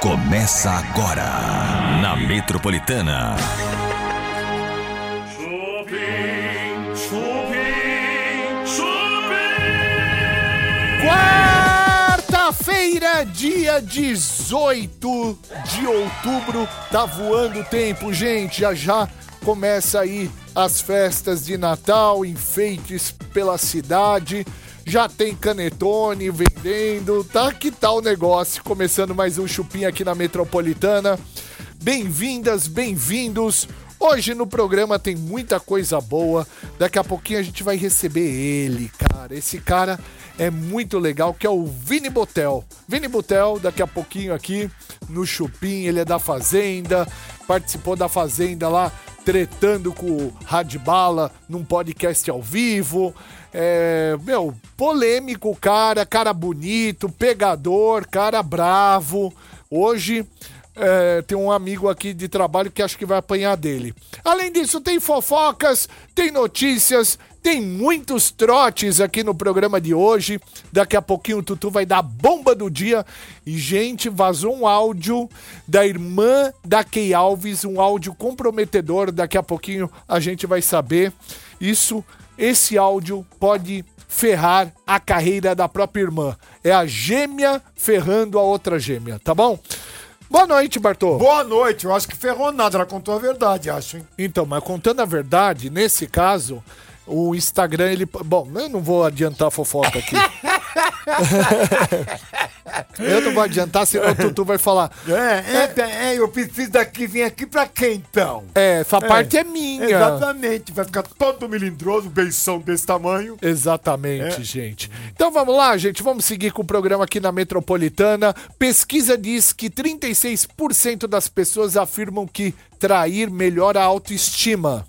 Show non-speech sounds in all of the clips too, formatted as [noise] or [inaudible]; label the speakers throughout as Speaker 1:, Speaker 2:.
Speaker 1: Começa agora na Metropolitana.
Speaker 2: Chupim, chupim, chupim.
Speaker 3: Quarta-feira, dia 18 de outubro, tá voando o tempo, gente. Já já começa aí as festas de Natal, enfeites pela cidade. Já tem canetone vendendo, tá? Que tal o negócio? Começando mais um chupim aqui na Metropolitana. Bem-vindas, bem-vindos. Hoje no programa tem muita coisa boa. Daqui a pouquinho a gente vai receber ele, cara. Esse cara é muito legal, que é o Vini Botel. Vini Botel, daqui a pouquinho aqui no Chupim, ele é da Fazenda, participou da Fazenda lá, tretando com o Radbala num podcast ao vivo. É, meu, polêmico cara, cara bonito, pegador, cara bravo. Hoje é, tem um amigo aqui de trabalho que acho que vai apanhar dele. Além disso, tem fofocas, tem notícias, tem muitos trotes aqui no programa de hoje. Daqui a pouquinho o Tutu vai dar a bomba do dia. E, gente, vazou um áudio da irmã da Key Alves, um áudio comprometedor. Daqui a pouquinho a gente vai saber. Isso, esse áudio pode ferrar a carreira da própria irmã. É a gêmea ferrando a outra gêmea, tá bom? Boa noite, Bartô.
Speaker 4: Boa noite, eu acho que ferrou nada, ela contou a verdade, acho, hein?
Speaker 3: Então, mas contando a verdade, nesse caso, o Instagram, ele. Bom, eu não vou adiantar a
Speaker 4: [laughs]
Speaker 3: fofoca aqui. eu não vou adiantar, senão o Tutu vai falar.
Speaker 4: É, é, é, eu preciso daqui, vim aqui pra quê então?
Speaker 3: É, essa parte é minha.
Speaker 4: Exatamente, vai ficar todo melindroso, beição desse tamanho.
Speaker 3: Exatamente, gente. Então vamos lá, gente. Vamos seguir com o programa aqui na Metropolitana. Pesquisa diz que 36% das pessoas afirmam que trair melhora a autoestima.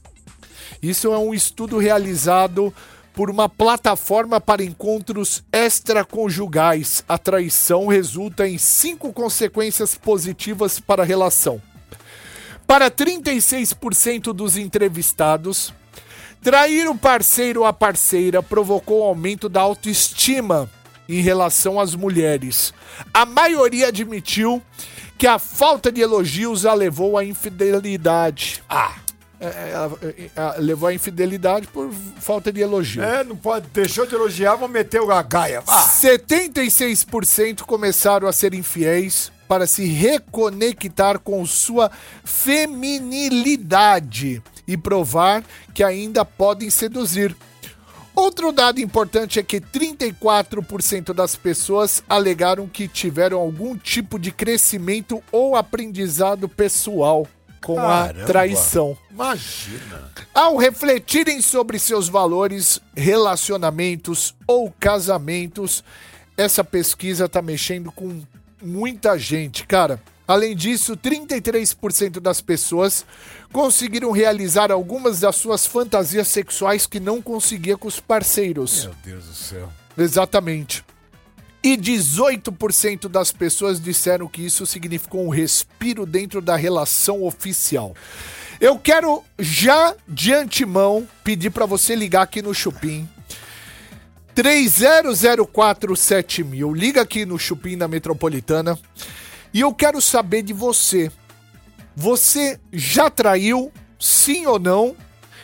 Speaker 3: Isso é um estudo realizado por uma plataforma para encontros extraconjugais. A traição resulta em cinco consequências positivas para a relação. Para 36% dos entrevistados, trair o parceiro ou a parceira provocou aumento da autoestima em relação às mulheres. A maioria admitiu que a falta de elogios a levou à infidelidade. Ah! é, levou à infidelidade por falta de elogio.
Speaker 4: É, não pode, deixou de elogiar, vão meter o gaia. Ah,
Speaker 3: 76% começaram a ser infiéis para se reconectar com sua feminilidade e provar que ainda podem seduzir. Outro dado importante é que 34% das pessoas alegaram que tiveram algum tipo de crescimento ou aprendizado pessoal com a
Speaker 4: Caramba.
Speaker 3: traição.
Speaker 4: imagina.
Speaker 3: Ao refletirem sobre seus valores, relacionamentos ou casamentos, essa pesquisa tá mexendo com muita gente, cara. Além disso, 33% das pessoas conseguiram realizar algumas das suas fantasias sexuais que não conseguia com os parceiros.
Speaker 4: Meu Deus do céu.
Speaker 3: Exatamente. E 18% das pessoas disseram que isso significou um respiro dentro da relação oficial. Eu quero já de antemão pedir para você ligar aqui no Chupim. 30047000. Liga aqui no Chupim da Metropolitana. E eu quero saber de você. Você já traiu? Sim ou não?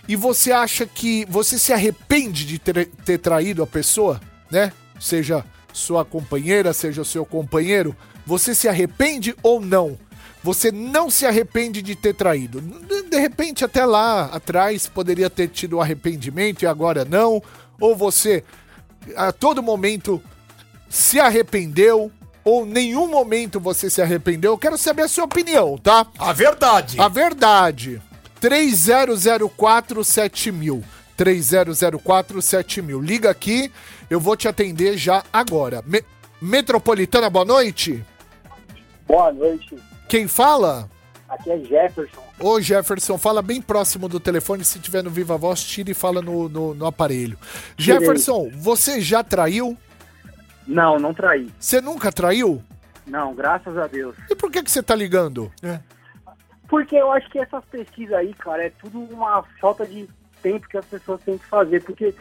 Speaker 3: E você acha que você se arrepende de ter, ter traído a pessoa, né? Seja sua companheira, seja seu companheiro, você se arrepende ou não? Você não se arrepende de ter traído. De- De repente, até lá atrás, poderia ter tido arrependimento e agora não. Ou você, a todo momento, se arrependeu ou nenhum momento você se arrependeu. Eu quero saber a sua opinião, tá?
Speaker 4: A verdade.
Speaker 3: A verdade. 30047000. 30047000. Liga aqui, eu vou te atender já agora. Me- Metropolitana, boa noite.
Speaker 5: Boa noite.
Speaker 3: Quem fala?
Speaker 5: Aqui é Jefferson.
Speaker 3: Ô Jefferson, fala bem próximo do telefone. Se tiver no Viva Voz, tira e fala no, no, no aparelho.
Speaker 5: Tirei.
Speaker 3: Jefferson, você já traiu?
Speaker 5: Não, não traí.
Speaker 3: Você nunca traiu?
Speaker 5: Não, graças a Deus.
Speaker 3: E por que, que você tá ligando?
Speaker 5: Porque eu acho que essas pesquisas aí, cara, é tudo uma falta de tempo que as pessoas têm que fazer. Porque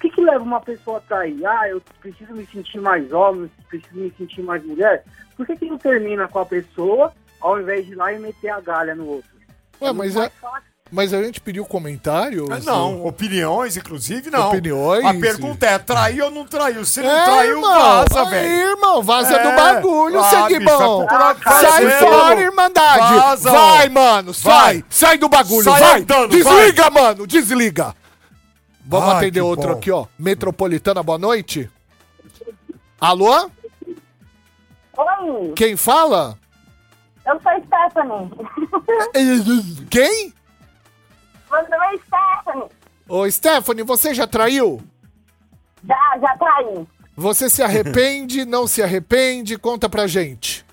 Speaker 6: que, que leva uma pessoa a trair? Ah, eu preciso me sentir mais homem, preciso me sentir mais mulher. Por que, que não termina com a pessoa ao invés de ir lá e meter a galha no outro? É
Speaker 5: Ué,
Speaker 3: é.
Speaker 5: mas,
Speaker 6: mais
Speaker 5: a,
Speaker 6: fácil.
Speaker 5: mas a gente pediu comentário?
Speaker 4: É,
Speaker 7: Ah,
Speaker 5: Zé?
Speaker 7: Não, opiniões, inclusive, não.
Speaker 5: Opiniões?
Speaker 7: A pergunta é, traiu ou não traiu? Se não
Speaker 5: É,
Speaker 7: traiu,
Speaker 5: irmão,
Speaker 7: Então vaza,
Speaker 5: aí,
Speaker 7: velho.
Speaker 5: irmão, vaza
Speaker 7: É,
Speaker 5: do bagulho,
Speaker 7: ah,
Speaker 4: tá
Speaker 7: bicho, vai
Speaker 5: Seguibão.
Speaker 7: procurar o que
Speaker 5: Sai
Speaker 7: fazer,
Speaker 5: fora,
Speaker 7: mano.
Speaker 5: Irmandade.
Speaker 7: Vaza,
Speaker 5: vai,
Speaker 7: ó.
Speaker 5: mano, sai.
Speaker 7: Vai.
Speaker 5: Sai do bagulho,
Speaker 7: Sai
Speaker 5: vai.
Speaker 7: andando,
Speaker 5: desliga, mano, desliga. Vamos
Speaker 7: Ai,
Speaker 5: atender
Speaker 7: que
Speaker 5: outro
Speaker 7: bom.
Speaker 5: aqui, ó. Metropolitana, boa noite. Alô?
Speaker 8: Oi,
Speaker 5: Quem fala?
Speaker 8: eu sou Stephanie.
Speaker 6: [laughs]
Speaker 5: Quem?
Speaker 8: Você é Stephanie.
Speaker 5: Ô, Stephanie, você já traiu?
Speaker 8: Já, já traí.
Speaker 5: Você se arrepende, não se arrepende? Conta pra gente.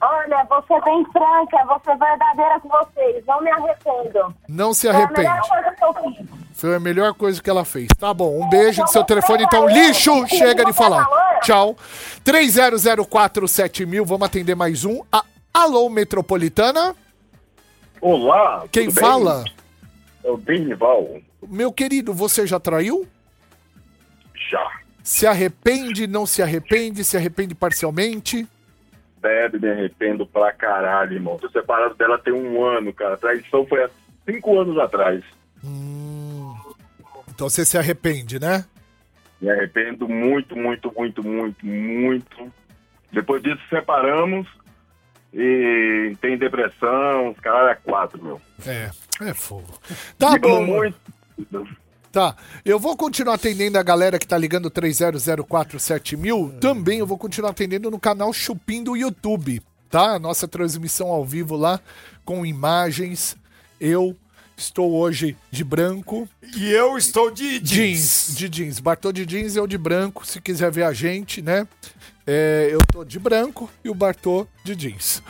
Speaker 8: Olha, vou ser bem franca, vou ser verdadeira com vocês. Não me arrependo.
Speaker 5: Não se
Speaker 8: Foi a melhor
Speaker 5: arrepende.
Speaker 8: coisa que eu fiz.
Speaker 5: Foi a melhor coisa que ela fez. Tá bom, um beijo do seu telefone, então lixo, chega de falar. Tchau. 30047000, vamos atender mais um. A- Alô, Metropolitana?
Speaker 9: Olá,
Speaker 5: Quem
Speaker 9: tudo bem?
Speaker 5: fala?
Speaker 9: É o Benival.
Speaker 5: Meu querido, você já traiu?
Speaker 9: Já.
Speaker 5: Se arrepende, não se arrepende, se arrepende parcialmente?
Speaker 9: Bebe, me arrependo pra caralho, irmão. Tô separado dela tem um ano, cara. A traição foi há cinco anos atrás.
Speaker 5: Então você se arrepende, né?
Speaker 9: Me arrependo muito, muito, muito, muito, muito. Depois disso, separamos. E tem depressão, os caras é quatro, meu.
Speaker 5: É, é fogo. Tá
Speaker 9: Fico
Speaker 5: bom.
Speaker 9: muito.
Speaker 5: Tá, eu vou continuar atendendo a galera que tá ligando 30047000. Também eu vou continuar atendendo no canal Chupim do YouTube, tá? A nossa transmissão ao vivo lá, com imagens. Eu estou hoje de branco.
Speaker 7: E eu estou de jeans.
Speaker 5: Jeans, de jeans. Bartô de jeans, eu de branco, se quiser ver a gente, né? É, eu tô de branco e o Bartô de jeans.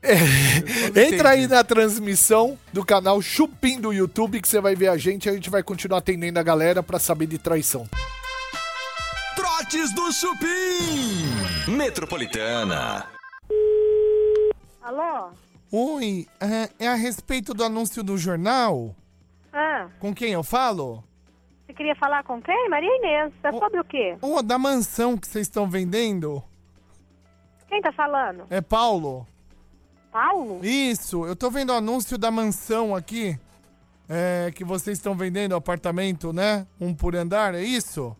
Speaker 5: É, [laughs] entra aí na transmissão do canal Chupim do YouTube que você vai ver a gente e a gente vai continuar atendendo a galera pra saber de traição.
Speaker 1: Trotes do Chupim. Metropolitana.
Speaker 8: Alô?
Speaker 3: Oi, é, é a respeito do anúncio do jornal?
Speaker 8: Ah,
Speaker 3: Com quem eu falo?
Speaker 8: você queria falar com quem? Maria Inês. É sobre o quê?
Speaker 3: Ô, da mansão que vocês estão vendendo?
Speaker 8: Quem tá falando?
Speaker 3: É Paulo?
Speaker 8: Paulo?
Speaker 3: Isso, eu tô vendo o anúncio da mansão aqui. É, que vocês estão vendendo apartamento, né? Um por andar, é isso?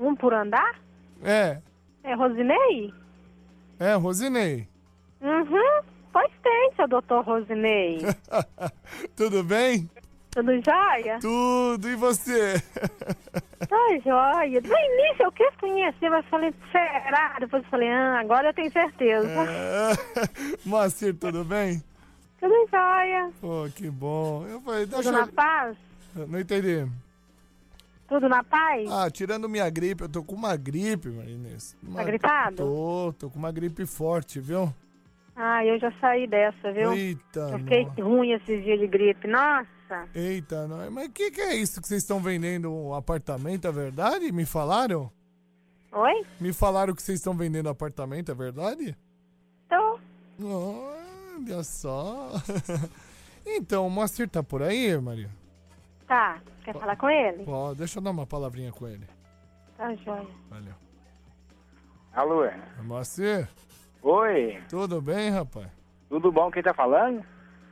Speaker 8: Um por andar?
Speaker 3: É,
Speaker 8: É Rosinei?
Speaker 3: é, Rosinei.
Speaker 8: Uhum. Pois tem, seu
Speaker 3: [laughs]
Speaker 8: doutor Rosinei.
Speaker 3: Tudo bem?
Speaker 8: Tudo jóia?
Speaker 3: Tudo, e você? [laughs]
Speaker 8: Tá jóia. No início eu quis conhecer, mas falei, será? Depois eu falei, ah, agora eu tenho certeza.
Speaker 3: É, Moacir, tudo bem?
Speaker 8: Tudo jóia.
Speaker 3: Pô, que bom. Eu falei,
Speaker 4: Então
Speaker 8: Tudo
Speaker 3: deixa
Speaker 8: na
Speaker 3: eu...
Speaker 8: paz?
Speaker 3: Não entendi.
Speaker 8: Tudo na paz?
Speaker 3: Ah, tirando minha gripe, eu tô com uma gripe, Marinês.
Speaker 8: Tá gripado?
Speaker 3: Tô, tô com uma gripe forte, viu?
Speaker 8: Ah, eu já saí dessa, viu?
Speaker 3: Eita,
Speaker 8: Eu fiquei
Speaker 3: nó-
Speaker 8: ruim esses dias de gripe. Nossa!
Speaker 3: Eita, nó- mas o que, que é isso que vocês estão vendendo? Um apartamento, é verdade? Me falaram?
Speaker 8: Oi?
Speaker 3: Me falaram que vocês estão vendendo apartamento, é verdade?
Speaker 8: Tô.
Speaker 3: Olha só. [laughs] então, o Moacir tá por aí, Maria?
Speaker 8: Tá. Quer falar com ele?
Speaker 3: Ó, deixa eu dar uma palavrinha com ele.
Speaker 8: Tá jóia.
Speaker 3: Valeu.
Speaker 6: Alô?
Speaker 3: Moacir,
Speaker 6: Oi,
Speaker 3: tudo bem, rapaz?
Speaker 6: tudo bom? Quem tá falando?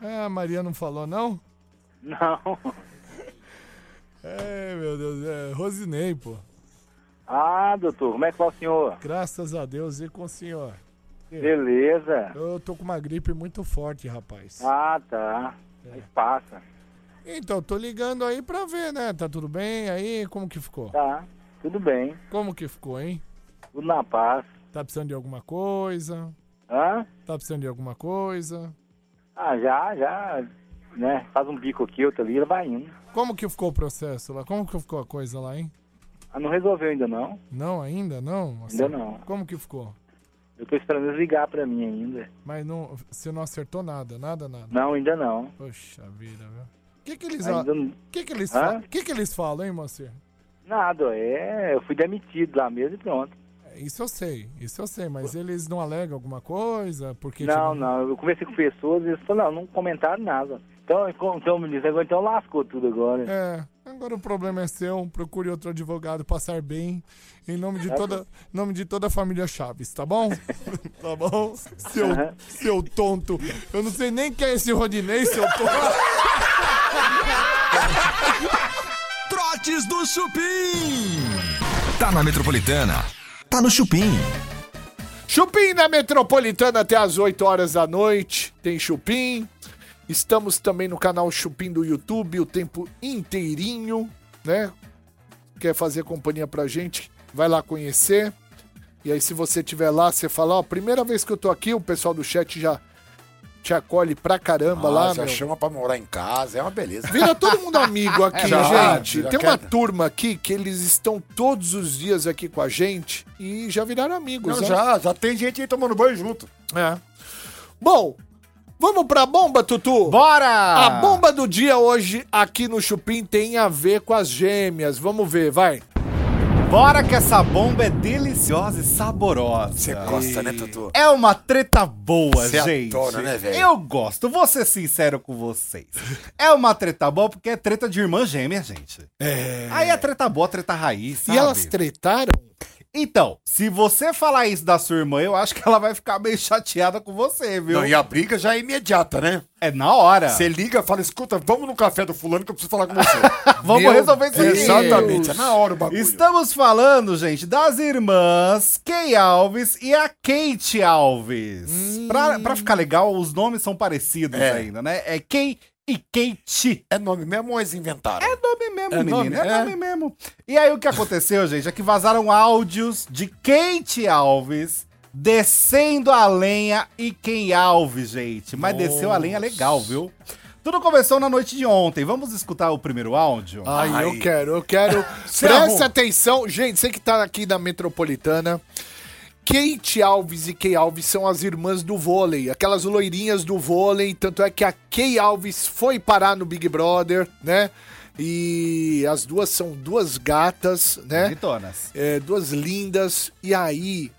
Speaker 3: É, a Maria não falou, não?
Speaker 6: Não.
Speaker 3: [laughs] É, meu Deus, é Rosinei, pô.
Speaker 6: Ah, doutor, como é que vai o senhor?
Speaker 3: Graças a Deus e com o senhor.
Speaker 6: Beleza.
Speaker 3: Eu tô com uma gripe muito forte, rapaz.
Speaker 6: Ah, tá. Mas passa.
Speaker 3: Então, tô ligando aí pra ver, né? Tá tudo bem aí? Como que ficou?
Speaker 6: Tá, tudo bem.
Speaker 3: Como que ficou, hein?
Speaker 6: Tudo na paz.
Speaker 3: Tá precisando de alguma coisa?
Speaker 6: Hã?
Speaker 3: Tá precisando de alguma coisa?
Speaker 6: Ah, já, já, né? Faz um bico aqui, outro ali, vai indo.
Speaker 3: Como que ficou o processo lá? Como que ficou a coisa lá, hein?
Speaker 6: Ah, não resolveu ainda não.
Speaker 3: Não, ainda não?
Speaker 6: Ainda não.
Speaker 3: Como que ficou?
Speaker 6: Eu tô esperando eles ligar pra mim ainda.
Speaker 3: Mas não, você não acertou nada, nada, nada.
Speaker 6: Não, ainda não.
Speaker 3: Poxa vida, viu? O que que eles...
Speaker 6: Ainda
Speaker 3: O
Speaker 6: não-
Speaker 3: que que eles
Speaker 6: Hã?
Speaker 3: falam? que que eles falam, hein, Moacir?
Speaker 6: nada, é. Eu fui demitido lá mesmo e pronto.
Speaker 3: É, Isso eu sei, isso eu sei, mas eles não alegam alguma coisa? Porque tipo,
Speaker 6: Não, não. Eu conversei com pessoas e eles falaram, não, não comentaram nada. Então, então, me diz, agora então lascou então tudo agora.
Speaker 3: É,
Speaker 10: Agora o problema é seu. Procure outro advogado, passar bem. Em nome de toda, em nome de toda a família Chaves, tá bom? [laughs] tá bom? Seu, seu tonto. Eu não sei nem quem é esse Rodinei, seu tonto.
Speaker 1: Trotes do Chupim. Tá na Metropolitana. Tá no Chupim.
Speaker 3: Chupim na Metropolitana até às 8 horas da noite. Tem Chupim. Estamos também no canal Chupim do YouTube o tempo inteirinho, né? Quer fazer companhia pra gente? Vai lá conhecer. E aí, se você estiver lá, você fala: Ó, primeira vez que eu tô aqui, o pessoal do chat já te acolhe pra caramba lá.
Speaker 7: Ah, já
Speaker 3: meu.
Speaker 7: chama pra morar em casa, é uma beleza.
Speaker 3: Vira todo mundo
Speaker 7: [laughs]
Speaker 3: amigo aqui,
Speaker 7: É, Já,
Speaker 3: gente.
Speaker 7: já
Speaker 3: Tem uma
Speaker 7: quer-
Speaker 3: turma aqui que eles estão todos os dias aqui com a gente e já viraram amigos.
Speaker 7: Não,
Speaker 3: né?
Speaker 7: já, já tem gente aí tomando banho junto.
Speaker 3: É. Bom, vamos pra bomba, Tutu?
Speaker 7: Bora!
Speaker 3: A bomba do dia hoje aqui no Chupim tem a ver com as gêmeas. Vamos ver, vai.
Speaker 11: Bora que essa bomba é deliciosa e saborosa.
Speaker 7: Você gosta, né, Tutu?
Speaker 11: É uma treta boa,
Speaker 7: Cê
Speaker 11: gente.
Speaker 7: adora, né, velho?
Speaker 11: Eu gosto, vou ser sincero com vocês. É uma treta boa porque é treta de irmã gêmea, gente. É. Aí é treta boa, treta raiz, sabe?
Speaker 3: E elas tretaram?
Speaker 11: Então, se você falar isso da sua irmã, eu acho que ela vai ficar meio chateada com você, viu?
Speaker 7: Não, e a briga já é imediata, né?
Speaker 11: É na hora.
Speaker 7: Você liga e fala, escuta, vamos no café do fulano que eu preciso falar com [laughs] você.
Speaker 11: Vamos
Speaker 7: Meu
Speaker 11: resolver isso
Speaker 7: Deus.
Speaker 11: aqui.
Speaker 7: Exatamente, é na hora o bagulho.
Speaker 11: Estamos falando, gente, das irmãs Kay Alves e a Kate Alves. Pra, pra ficar legal, os nomes são parecidos
Speaker 7: É.
Speaker 11: ainda, né? É Kay e Kate.
Speaker 7: É nome mesmo ou eles inventaram?
Speaker 11: É nome mesmo,
Speaker 7: É
Speaker 11: menina.
Speaker 7: nome,
Speaker 11: é,
Speaker 7: é.
Speaker 11: nome mesmo. E aí o que aconteceu, gente, é que vazaram áudios de Kate Alves descendo a lenha e Kay Alves, gente. Mas desceu a lenha legal, viu? Tudo começou na noite de ontem. Vamos escutar o primeiro áudio?
Speaker 7: Ah,
Speaker 3: Ai, eu quero, eu quero.
Speaker 7: Você
Speaker 3: Presta
Speaker 7: arruma.
Speaker 3: atenção, gente, você que tá aqui na metropolitana. Kate Alves e Kay Alves são as irmãs do vôlei, aquelas loirinhas do vôlei. Tanto é que a Kay Alves foi parar no Big Brother, né? E as duas são duas gatas, né?
Speaker 11: Ritonas.
Speaker 3: é, duas lindas, e aí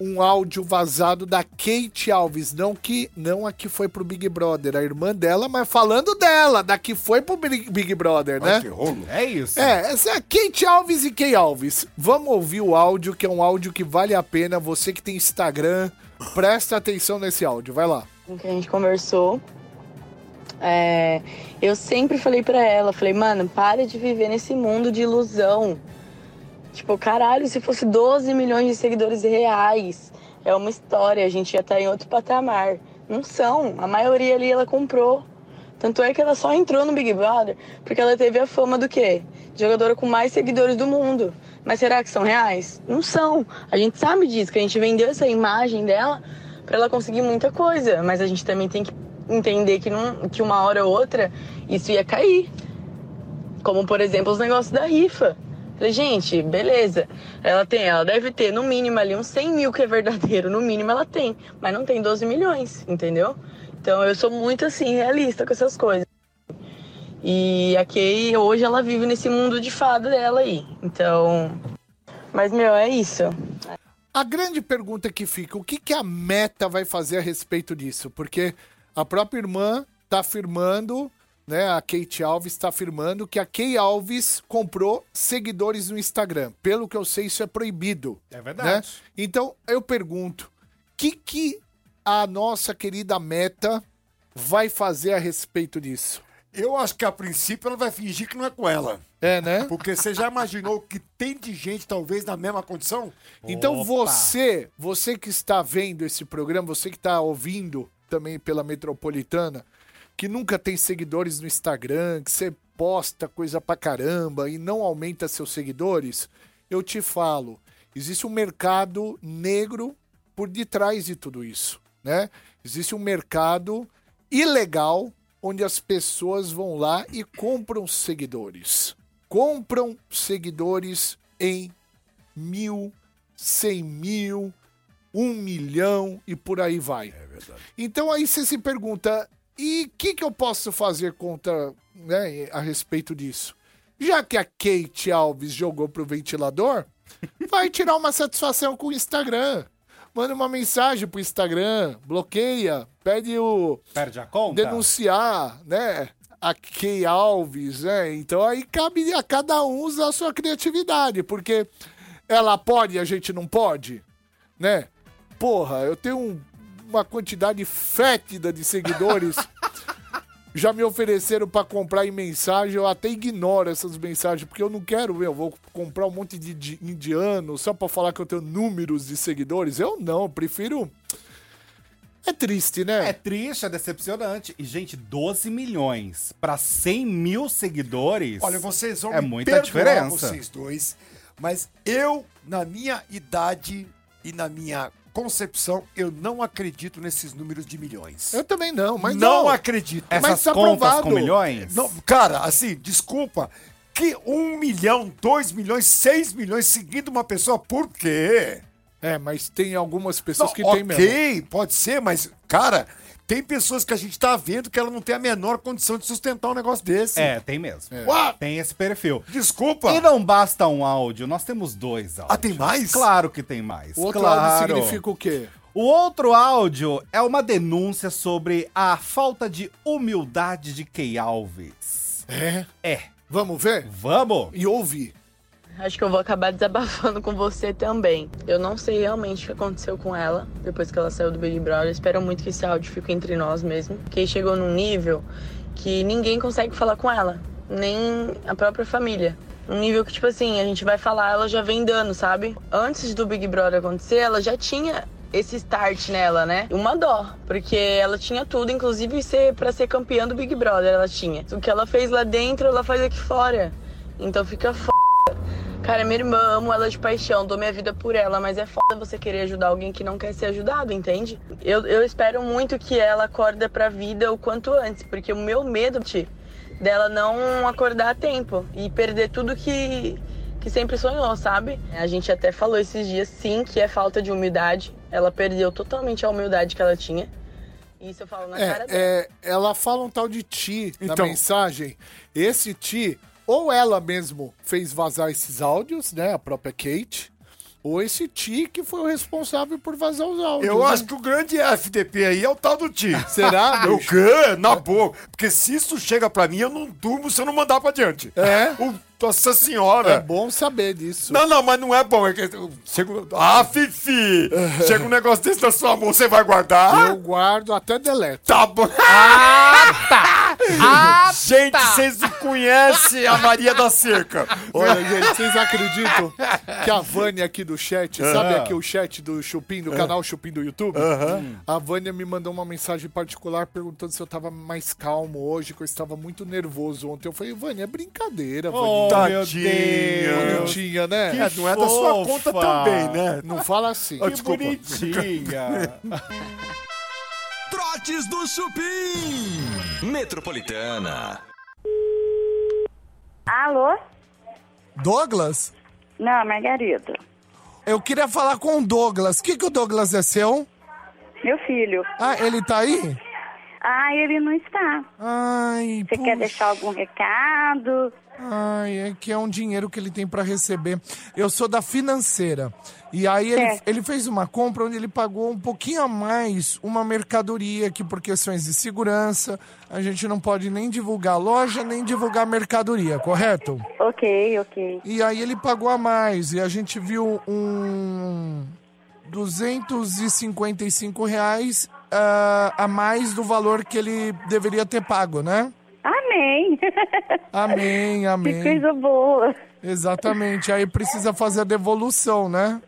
Speaker 3: um áudio vazado da Kate Alves, não que não a que foi pro Big Brother, a irmã dela, mas falando dela, da que foi pro Big Big Brother,
Speaker 7: Ai,
Speaker 3: né?
Speaker 7: que rolo.
Speaker 11: É isso.
Speaker 3: É, essa é a Kate Alves e Kay Alves. Vamos ouvir o áudio, que é um áudio que vale a pena. Você que tem Instagram, presta atenção nesse áudio, vai lá.
Speaker 12: com que a gente conversou. é, eu sempre falei pra ela, falei, mano, para de viver nesse mundo de ilusão. Tipo, caralho, se fosse 12 milhões de seguidores reais, é uma história, a gente ia estar em outro patamar. Não são, a maioria ali ela comprou. Tanto é que ela só entrou no Big Brother porque ela teve a fama do quê? De Jogadora com mais seguidores do mundo. Mas será que são reais? Não são. A gente sabe disso, que a gente vendeu essa imagem dela para ela conseguir muita coisa, mas a gente também tem que entender que, não, que uma hora ou outra isso ia cair. Como, por exemplo, os negócios da rifa. Falei, gente, beleza. Ela tem, ela deve ter no mínimo ali uns 100 mil que é verdadeiro, no mínimo ela tem, mas não tem 12 milhões, entendeu? Então eu sou muito assim, realista com essas coisas. E a Kay, hoje ela vive nesse mundo de fada dela aí. Então. Mas, meu, é isso.
Speaker 3: A grande pergunta que fica, o que, que a Meta vai fazer a respeito disso? Porque a própria irmã tá afirmando, né, a Kate Alves está afirmando que a Kay Alves comprou seguidores no Instagram. Pelo que eu sei, isso é proibido.
Speaker 11: É
Speaker 3: Né? Então, eu pergunto, o que, que a nossa querida Meta vai fazer a respeito disso?
Speaker 7: Eu acho que a princípio ela vai fingir que não é com ela.
Speaker 3: É, né?
Speaker 7: Porque você já imaginou que tem de gente, talvez, na mesma condição?
Speaker 3: Então
Speaker 11: Opa.
Speaker 3: você, você que está vendo esse programa, você que está ouvindo também pela Metropolitana, que nunca tem seguidores no Instagram, que você posta coisa pra caramba e não aumenta seus seguidores, eu te falo, existe um mercado negro por detrás de tudo isso, né? Existe um mercado ilegal onde as pessoas vão lá e compram seguidores. Compram seguidores em mil, cem mil, um milhão e por aí vai. Então aí você se pergunta, e o que, que eu posso fazer contra, né, a respeito disso? Já que a Kate Alves jogou pro ventilador, vai tirar uma satisfação com o Instagram. Manda uma mensagem pro Instagram, bloqueia, pede o
Speaker 11: Perde a conta?
Speaker 3: denunciar, né? a Key Alves, né? Então aí cabe a cada um usar a sua criatividade, porque ela pode e a gente não pode, né? Porra, eu tenho um- uma quantidade fétida de seguidores. Já me ofereceram pra comprar em mensagem, eu até ignoro essas mensagens, porque eu não quero, meu, vou comprar um monte de di- indiano só pra falar que eu tenho números de seguidores. Eu não, eu prefiro. É triste, né?
Speaker 11: É triste, é decepcionante. E, gente, 12 milhões pra 100 mil seguidores.
Speaker 7: Olha, vocês vão
Speaker 11: É
Speaker 7: me
Speaker 11: muita
Speaker 7: perdoar,
Speaker 11: diferença.
Speaker 7: vocês dois, mas eu, na minha idade e na minha concepção, eu não acredito nesses números de milhões.
Speaker 3: Eu também não, mas
Speaker 7: não,
Speaker 3: não.
Speaker 7: acredito.
Speaker 3: Essas Mas tá contas provado. com milhões?
Speaker 7: Não, cara, assim, desculpa. Que um milhão, dois milhões, seis milhões seguindo uma pessoa, por quê?
Speaker 3: É, mas tem algumas pessoas que
Speaker 7: ok,
Speaker 3: têm
Speaker 7: mesmo. pode ser, mas, cara, tem pessoas que a gente tá vendo que ela não tem a menor condição de sustentar um negócio desse.
Speaker 11: É, tem mesmo.
Speaker 7: Uá!
Speaker 11: Tem esse perfil.
Speaker 7: Desculpa.
Speaker 11: E não basta um áudio, nós temos dois áudios. Ah,
Speaker 7: tem mais?
Speaker 11: Claro que tem mais.
Speaker 3: O outro
Speaker 11: claro.
Speaker 3: lado significa o quê?
Speaker 11: O outro áudio é uma denúncia sobre a falta de humildade de Key Alves.
Speaker 3: É?
Speaker 11: É.
Speaker 3: Vamos ver?
Speaker 11: Vamos!
Speaker 3: E ouvir.
Speaker 12: Acho que eu vou acabar [laughs] desabafando com você também. Eu não sei realmente o que aconteceu com ela depois que ela saiu do Big Brother. Espero muito que esse áudio fique entre nós mesmo. Porque chegou num nível que ninguém consegue falar com ela, nem a própria família. Um nível que, tipo assim, a gente vai falar, ela já vem dando, sabe? Antes do Big Brother acontecer, ela já tinha esse start nela, né? Uma dó, porque ela tinha tudo, inclusive ser para ser campeã do Big Brother, ela tinha. O que ela fez lá dentro, ela faz aqui fora. Então fica foda. Cara, minha irmã, amo ela de paixão, dou minha vida por ela, mas é foda você querer ajudar alguém que não quer ser ajudado, entende? Eu, eu espero muito que ela acorda pra vida o quanto antes, porque o meu medo de, dela não acordar a tempo e perder tudo que, que sempre sonhou, sabe? A gente até falou esses dias, sim, que é falta de humildade. Ela perdeu totalmente a humildade que ela tinha. Isso eu falo na cara
Speaker 3: É,
Speaker 12: dela.
Speaker 3: é, ela fala um tal de ti na
Speaker 12: Então.
Speaker 3: mensagem. Esse ti, ou ela mesmo fez vazar esses áudios, né? A própria Kate. Ou esse ti que foi o responsável por vazar os áudios.
Speaker 7: Eu
Speaker 3: né?
Speaker 7: acho que o grande FDP aí é o tal do Ti. [laughs]
Speaker 3: Será,
Speaker 7: O
Speaker 3: bicho?
Speaker 7: quê? Na boca. Porque se isso chega pra mim, eu não durmo se eu não mandar pra diante.
Speaker 3: É?
Speaker 7: O, nossa senhora.
Speaker 3: É bom saber disso.
Speaker 7: Não, não, mas não é bom. É que, chega, ah, Fifi! Chega um negócio desse na sua mão, você vai guardar?
Speaker 3: Eu guardo até deleto.
Speaker 7: [laughs] Tá bom.
Speaker 11: Ah,
Speaker 7: Gente, vocês não conhecem a Maria da Cerca.
Speaker 3: Olha, gente, vocês acreditam que a Vânia aqui do chat,
Speaker 7: Ah.
Speaker 3: sabe aqui o chat do Chupim, do canal Chupim do YouTube? A Vânia me mandou uma mensagem particular perguntando se eu tava mais calmo hoje, que eu estava muito nervoso ontem. Eu falei, Vânia, é brincadeira,
Speaker 11: Oh,
Speaker 3: Vânia.
Speaker 11: meu Deus!
Speaker 3: Bonitinha, né?
Speaker 11: Que
Speaker 3: É,
Speaker 7: Não é da sua
Speaker 11: fofa.
Speaker 7: conta também, né?
Speaker 3: Não fala assim.
Speaker 11: Que bonitinha!
Speaker 1: Trotes do Chupim. Metropolitana.
Speaker 8: Alô?
Speaker 10: Douglas?
Speaker 8: Não, Margarida.
Speaker 10: Eu queria falar com o Douglas. O que, que o Douglas é seu?
Speaker 8: Meu filho.
Speaker 10: Ah, ele tá aí?
Speaker 8: Ah, ele não está.
Speaker 10: Ai,
Speaker 8: Você quer deixar algum recado?
Speaker 10: Ai, é que é um dinheiro que ele tem pra receber. Eu sou da financeira. E aí ele,
Speaker 8: Certo.
Speaker 10: ele fez uma compra onde ele pagou um pouquinho a mais uma mercadoria que por questões de segurança a gente não pode nem divulgar a loja nem divulgar a mercadoria, correto?
Speaker 8: Ok, ok.
Speaker 10: E aí ele pagou a mais e a gente viu um 255 reais ah, a mais do valor que ele deveria ter pago, né?
Speaker 8: Amém. [laughs]
Speaker 10: Amém,
Speaker 8: que
Speaker 10: amém.
Speaker 8: coisa boa.
Speaker 10: Exatamente. Aí precisa fazer a devolução, né?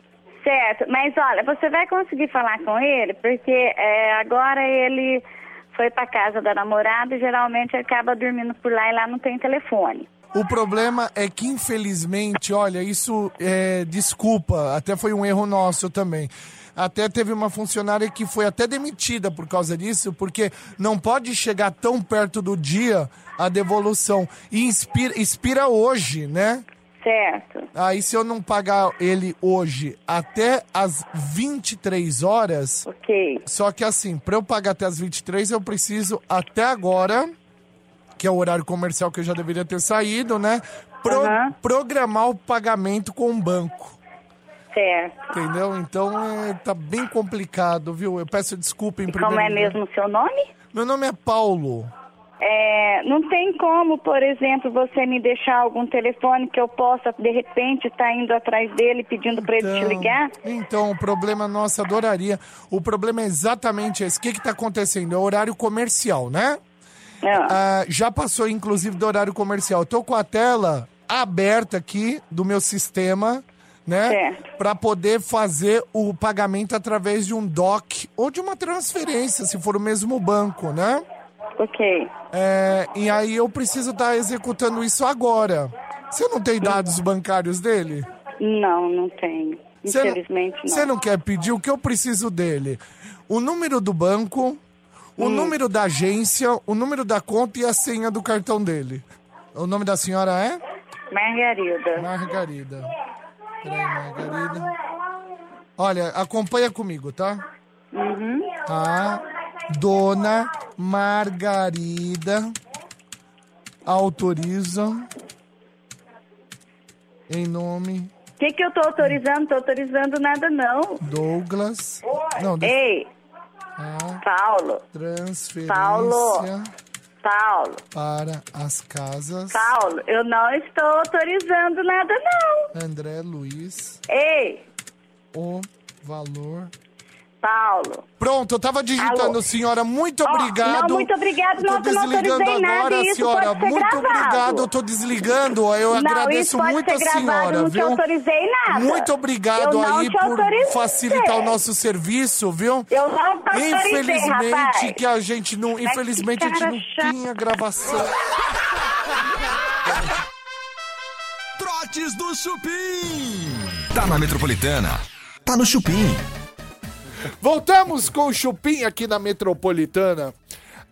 Speaker 8: Certo, mas olha, você vai conseguir falar com ele, porque é, agora ele foi pra casa da namorada e geralmente acaba dormindo por lá e lá não tem telefone.
Speaker 10: O problema é que, infelizmente, olha, isso é desculpa, até foi um erro nosso também. Até teve uma funcionária que foi até demitida por causa disso, porque não pode chegar tão perto do dia a devolução. E inspira, expira hoje, né?
Speaker 8: Certo.
Speaker 10: Aí se eu não pagar ele hoje até as 23 horas,
Speaker 8: Ok.
Speaker 10: Só que assim, pra eu pagar até as 23, eu preciso até agora, que é o horário comercial que eu já deveria ter saído, né? pro-
Speaker 8: Aham.
Speaker 10: Programar o pagamento com o banco.
Speaker 8: Certo.
Speaker 10: Entendeu? Então é, tá bem complicado, viu? Eu peço desculpa em
Speaker 8: Como
Speaker 10: primeiro
Speaker 8: é
Speaker 10: lugar.
Speaker 8: mesmo o seu nome?
Speaker 10: Meu nome é Paulo.
Speaker 8: É, não tem como, por exemplo, você me deixar algum telefone que eu possa, de repente, estar indo atrás dele pedindo para ele te ligar?
Speaker 10: Então, o problema, nossa, adoraria. O problema é exatamente esse. O que que tá acontecendo? É o horário comercial, né?
Speaker 8: É.
Speaker 10: Ah, já passou, inclusive, do horário comercial. Eu tô com a tela aberta aqui do meu sistema, né? Para poder fazer o pagamento através de um DOC ou de uma transferência, se for o mesmo banco, né? É,
Speaker 8: Ok.
Speaker 10: e aí eu preciso estar executando isso agora. Você não tem dados bancários dele?
Speaker 8: Não, não tenho.
Speaker 10: Você não-
Speaker 8: Infelizmente, não.
Speaker 10: Você não quer pedir o que eu preciso dele? O número do banco,
Speaker 8: Hum.
Speaker 10: o número da agência, o número da conta e a senha do cartão dele. O nome da senhora é?
Speaker 8: Margarida.
Speaker 10: Margarida. Peraí, Margarida. Olha, acompanha comigo, tá?
Speaker 8: Uhum.
Speaker 10: Tá. Dona Margarida autoriza em nome
Speaker 8: O que, que eu tô autorizando? Tô autorizando nada, não.
Speaker 10: Douglas. Não, deixa-
Speaker 8: Ei, Paulo.
Speaker 10: Transferência
Speaker 8: Paulo. Paulo.
Speaker 10: para as casas
Speaker 8: Paulo, eu não estou autorizando nada, não.
Speaker 10: André Luiz
Speaker 8: Ei,
Speaker 10: o valor.
Speaker 8: Paulo.
Speaker 10: Pronto, eu tava digitando,
Speaker 8: Alô.
Speaker 10: senhora. Muito
Speaker 8: Ó,
Speaker 10: obrigado.
Speaker 8: não, muito obrigado,
Speaker 10: Eu tô
Speaker 8: não, que eu não
Speaker 10: desligando
Speaker 8: autorizei nada,
Speaker 10: agora,
Speaker 8: e isso
Speaker 10: senhora.
Speaker 8: pode ser
Speaker 10: muito
Speaker 8: gravado.
Speaker 10: obrigado. Eu tô desligando. ó, Eu
Speaker 8: Não,
Speaker 10: agradeço
Speaker 8: isso pode
Speaker 10: muito
Speaker 8: ser
Speaker 10: a
Speaker 8: gravado,
Speaker 10: senhora,
Speaker 8: não te
Speaker 10: viu?
Speaker 8: autorizei nada.
Speaker 10: Muito obrigado
Speaker 8: Eu não
Speaker 10: aí
Speaker 8: te
Speaker 10: por
Speaker 8: autorizei.
Speaker 10: facilitar o nosso serviço, viu?
Speaker 8: Eu não te autorizei,
Speaker 10: Infelizmente
Speaker 8: rapaz.
Speaker 10: que a gente não, infelizmente a gente
Speaker 8: cara
Speaker 10: não tinha gravação.
Speaker 1: Trotes do Chupim. Tá na Metropolitana. Tá no Chupim.
Speaker 3: Voltamos com o Chupim aqui na Metropolitana.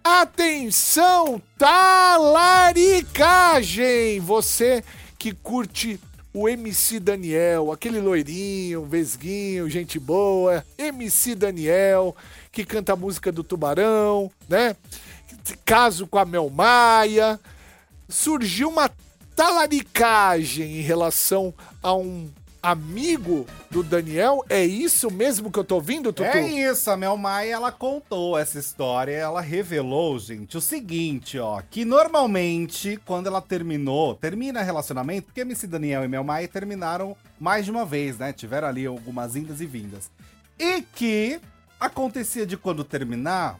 Speaker 3: Atenção, talaricagem! Você que curte o MC Daniel, aquele loirinho, vesguinho, gente boa, MC Daniel, que canta a música do Tubarão, né? Caso com a Mel Maia. Surgiu uma talaricagem em relação a um amigo do Daniel. É isso mesmo que eu tô ouvindo, Tutu?
Speaker 11: É isso, a Mel Maia, ela contou essa história, ela revelou, gente, o seguinte, ó, que normalmente, quando ela terminou, termina relacionamento, porque MC Daniel e Mel Maia terminaram mais de uma vez, né, tiveram ali algumas indas e vindas, e que acontecia de quando terminar,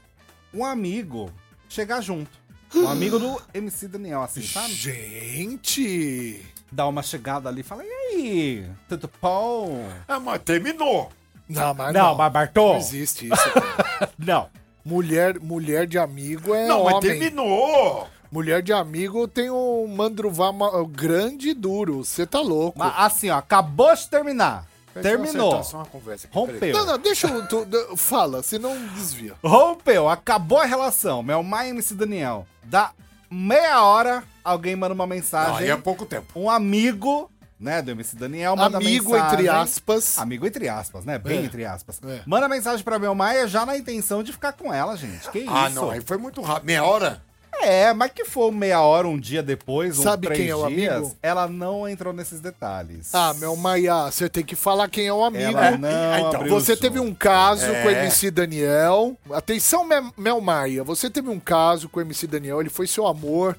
Speaker 11: um amigo chegar junto, um amigo
Speaker 3: [gasps]
Speaker 11: do MC Daniel, assim, sabe?
Speaker 3: Gente!
Speaker 11: Dá uma chegada ali e fala, e aí, tudo bom?
Speaker 7: Ah, mas terminou.
Speaker 3: Não, mas
Speaker 11: Não,
Speaker 3: Ah, não.
Speaker 11: mas Bartô-
Speaker 3: Não existe isso. cara.
Speaker 11: [laughs] não.
Speaker 3: Mulher, mulher de amigo é
Speaker 7: Não, mas
Speaker 3: homem.
Speaker 7: terminou.
Speaker 3: Mulher de amigo tem um mandruvá ma- grande e duro. Você tá louco.
Speaker 11: Mas assim, ó, acabou de terminar. Terminou.
Speaker 3: Só uma conversa aqui,
Speaker 11: Rompeu.
Speaker 3: peraí. Não, não, deixa eu... tu- d- fala, senão desvia.
Speaker 11: Rompeu, acabou a relação. Meu Maia e MC Daniel. Dá meia hora, alguém manda uma
Speaker 12: Tá,
Speaker 11: mensagem.
Speaker 7: Não, aí é pouco tempo.
Speaker 11: Um amigo, né, do MC Daniel, manda
Speaker 3: Amigo,
Speaker 11: mensagem.
Speaker 3: entre aspas.
Speaker 11: Amigo entre aspas, né? Bem
Speaker 7: É.
Speaker 11: entre aspas.
Speaker 7: É.
Speaker 11: Manda mensagem pra Mel Maia já na intenção de ficar com ela, gente. Que isso?
Speaker 7: Ah, não, aí foi muito rápido. Meia hora?
Speaker 11: É, mas que foi meia hora, um dia depois, um
Speaker 3: Sabe
Speaker 11: três
Speaker 3: quem é o
Speaker 11: dias,
Speaker 3: amigo?
Speaker 11: ela não entrou nesses detalhes.
Speaker 3: Ah, meu Maia, você tem que falar quem é o amigo.
Speaker 11: Ela não
Speaker 7: então,
Speaker 3: Ah,
Speaker 11: abriu
Speaker 3: você
Speaker 11: o
Speaker 3: teve
Speaker 11: jogo.
Speaker 3: um caso
Speaker 11: É.
Speaker 3: com o MC Daniel. Atenção, Mel- Mel Maia. Você teve um caso com o MC Daniel. Ele foi seu amor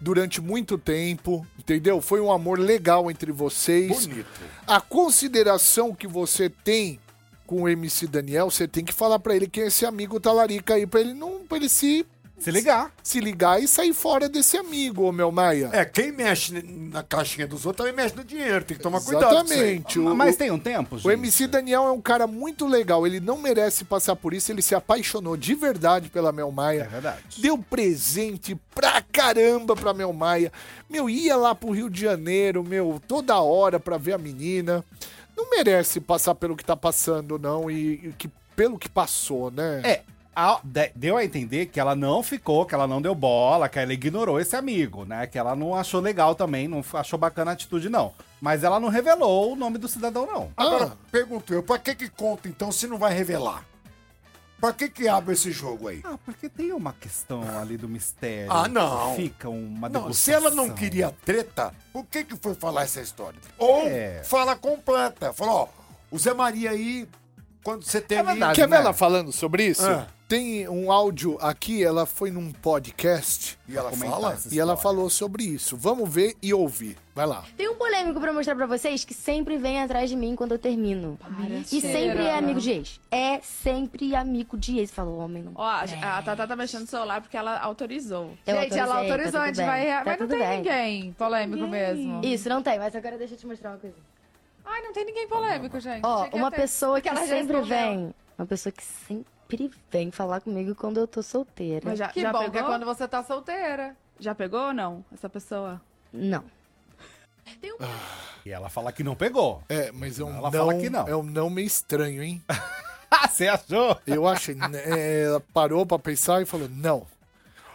Speaker 3: durante muito tempo, entendeu? Foi um amor legal entre vocês.
Speaker 7: Bonito.
Speaker 3: A consideração que você tem com o MC Daniel, você tem que falar pra ele quem é esse amigo talarica aí, pra ele não, pra ele se
Speaker 11: se ligar,
Speaker 3: se ligar e sair fora desse amigo, ô Mel Maia.
Speaker 7: É, quem mexe ne- na caixinha dos outros também mexe no dinheiro. Tem que tomar cuidado. com isso aí.
Speaker 3: Exatamente. O-
Speaker 11: Mas tem um tempo, gente?
Speaker 3: O MC Daniel é um cara muito legal, ele não merece passar por isso, ele se apaixonou de verdade pela Mel Maia. É
Speaker 11: verdade.
Speaker 3: Deu presente pra caramba pra Mel Maia. Meu, ia lá pro Rio de Janeiro, meu, toda hora pra ver a menina. Não merece passar pelo que tá passando, não, e, e que, pelo que passou, né?
Speaker 11: É, a- de- deu a entender que ela não ficou, que ela não deu bola, que ela ignorou esse amigo, né? Que ela não achou legal também, não f- achou bacana a atitude, não. Mas ela não revelou o nome do cidadão, não.
Speaker 7: Agora, pergunto eu, pra que que conta então se não vai revelar? Pra que que abre esse jogo aí?
Speaker 11: Ah, porque tem uma questão ali do mistério.
Speaker 7: Ah, não.
Speaker 11: Fica uma
Speaker 7: Não,
Speaker 11: degustação.
Speaker 7: se ela não queria treta, por que que foi falar essa história? Ou
Speaker 11: É.
Speaker 7: fala completa. Fala, ó, o Zé Maria aí, quando você tem...
Speaker 11: verdade,
Speaker 3: Quer
Speaker 11: né?
Speaker 3: ver ela falando sobre isso?
Speaker 7: Ah.
Speaker 3: Tem um áudio aqui, ela foi num podcast.
Speaker 7: E ela
Speaker 3: Comentar
Speaker 7: fala?
Speaker 3: essa E ela falou sobre isso. Vamos ver e ouvir. Vai lá.
Speaker 13: Tem um polêmico pra mostrar pra vocês que sempre vem atrás de mim quando eu termino. e
Speaker 14: Cheira.
Speaker 13: sempre é amigo de ex. É sempre amigo de ex. Falou, homem, não.
Speaker 14: Ó, a, a Tatá tá mexendo no celular porque ela autorizou.
Speaker 13: Eu
Speaker 14: gente, ela
Speaker 13: autorizei,
Speaker 14: autorizou,
Speaker 13: tá
Speaker 14: a
Speaker 13: tudo bem, tá
Speaker 14: gente vai. mas não
Speaker 13: tudo
Speaker 14: tem
Speaker 13: bem.
Speaker 14: ninguém polêmico mesmo.
Speaker 13: Isso, não tem, mas agora deixa eu te mostrar uma coisa.
Speaker 14: Ai, não tem ninguém polêmico, gente.
Speaker 13: Ó,
Speaker 14: Achei que
Speaker 13: uma
Speaker 14: ia ter.
Speaker 13: pessoa que
Speaker 14: Aquela já
Speaker 13: sempre
Speaker 14: respondeu.
Speaker 13: vem. Uma pessoa que sempre vem falar comigo quando eu tô solteira.
Speaker 14: Mas já, já pegou? que é quando você tá solteira. Já pegou ou não, essa pessoa?
Speaker 13: Não.
Speaker 11: E ela fala que não pegou.
Speaker 3: É, mas eu
Speaker 11: ela
Speaker 3: não-
Speaker 11: fala que não.
Speaker 3: É um não meio estranho, hein?
Speaker 11: Você achou?
Speaker 3: Eu achei. né, Ela parou pra pensar e falou, não.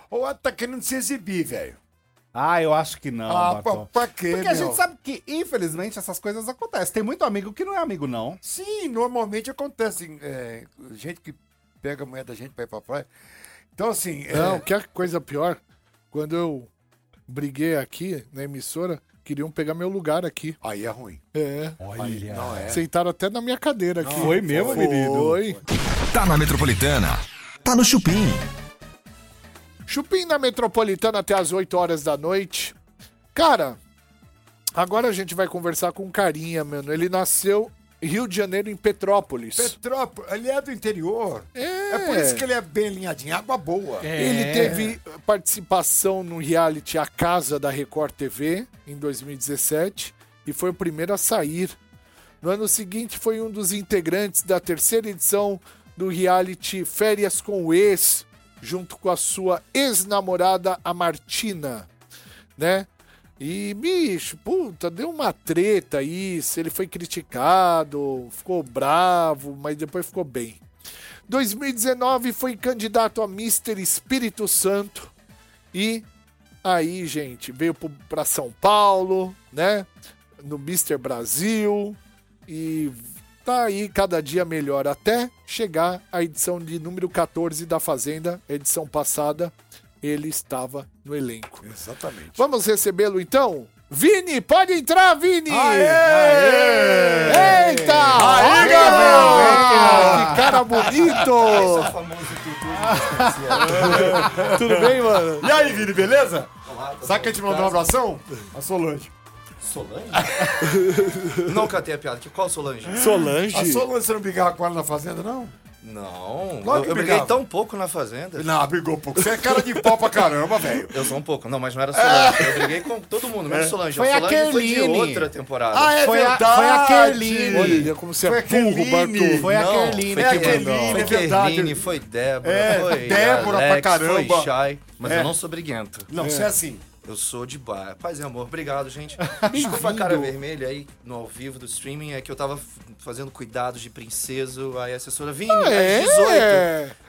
Speaker 7: Ou ela tá querendo se exibir, velho.
Speaker 11: Ah, eu acho que não.
Speaker 7: Ah,
Speaker 11: Bartô.
Speaker 7: pra- pra quê,
Speaker 11: Porque a
Speaker 7: meu?
Speaker 11: gente sabe que, infelizmente, essas coisas acontecem. Tem muito amigo que não é amigo, não.
Speaker 7: Sim, normalmente acontece. é, gente que pega a mulher da gente pra ir pra praia. Então, assim. é,
Speaker 3: Não, quer coisa pior? Quando eu briguei aqui na emissora, queriam pegar meu lugar aqui.
Speaker 7: Aí é ruim.
Speaker 3: É.
Speaker 11: Olha.
Speaker 7: Não é.
Speaker 3: Sentaram até na minha cadeira aqui.
Speaker 1: Foi mesmo,
Speaker 3: foi.
Speaker 1: querido?
Speaker 3: Foi.
Speaker 1: Tá na Metropolitana. Tá no Chupim.
Speaker 3: Chupim na Metropolitana até as 8 horas da noite. Cara, agora a gente vai conversar com um carinha, mano. Ele nasceu Rio de Janeiro em Petrópolis.
Speaker 7: Petrópolis, ele é do interior. É. por isso que ele é bem alinhadinho, água boa.
Speaker 3: Ele teve participação no reality A Casa da Record TV em 2017 e foi o primeiro a sair. No ano seguinte foi um dos integrantes da terceira edição do reality Férias com o Ex, junto com a sua ex-namorada a Martina, né? E bicho, puta, deu uma treta isso, ele foi criticado, ficou bravo, mas depois ficou bem. 2019 foi candidato a Mister Espírito Santo e aí, gente, veio pro- pra São Paulo, né? No Mister Brasil e tá aí cada dia melhor até chegar à edição de número 14 da Fazenda, edição passada, ele estava no elenco.
Speaker 7: Exatamente.
Speaker 3: Vamos recebê-lo então? Vini, pode entrar, Vini! Eita!
Speaker 2: Aê,
Speaker 3: olha,
Speaker 2: garoto!
Speaker 3: Que cara bonito! Tudo bem, mano?
Speaker 7: E aí, Vini, beleza? Sabe que
Speaker 6: eu
Speaker 7: te mandou um abração? A Solange.
Speaker 6: Solange? não catei Então, a piada. Que, qual Solange?
Speaker 7: A Solange, você não brigava com ela na fazenda, não?
Speaker 6: Não.
Speaker 7: Claro
Speaker 6: eu,
Speaker 7: que
Speaker 6: eu briguei
Speaker 7: brigava.
Speaker 6: tão pouco na fazenda.
Speaker 7: Não, brigou pouco. Você é cara de pau pra caramba, velho.
Speaker 6: Eu sou um pouco. Não, mas não era Solange. Eu briguei com todo mundo, menos Solange.
Speaker 7: Foi
Speaker 6: a
Speaker 7: a
Speaker 6: Solange foi de
Speaker 7: Kerline.
Speaker 6: outra temporada.
Speaker 7: É. Ah, é Foi a- verdade. foi a Kerline.
Speaker 3: Olha como você
Speaker 7: Foi
Speaker 3: é
Speaker 7: a
Speaker 3: burro,
Speaker 7: Kerline.
Speaker 3: Bartô.
Speaker 7: Foi a
Speaker 6: Não,
Speaker 7: Kerline
Speaker 6: foi
Speaker 7: que
Speaker 6: Kerline,
Speaker 7: mandou.
Speaker 6: Foi
Speaker 7: É verdade.
Speaker 6: Kerline, foi Débora,
Speaker 7: É,
Speaker 6: foi
Speaker 7: Débora pra
Speaker 6: Alex,
Speaker 7: caramba.
Speaker 6: Foi Shai, mas
Speaker 7: É.
Speaker 6: eu não sou briguento.
Speaker 7: Não, você é assim.
Speaker 6: Eu sou de bar. Paz e amor, obrigado,
Speaker 7: [laughs]
Speaker 6: gente. Desculpa a cara vermelha aí no ao vivo do streaming, é que eu tava f- fazendo cuidados de princesa, aí a assessora Vini,
Speaker 3: Ah,
Speaker 6: às
Speaker 3: é?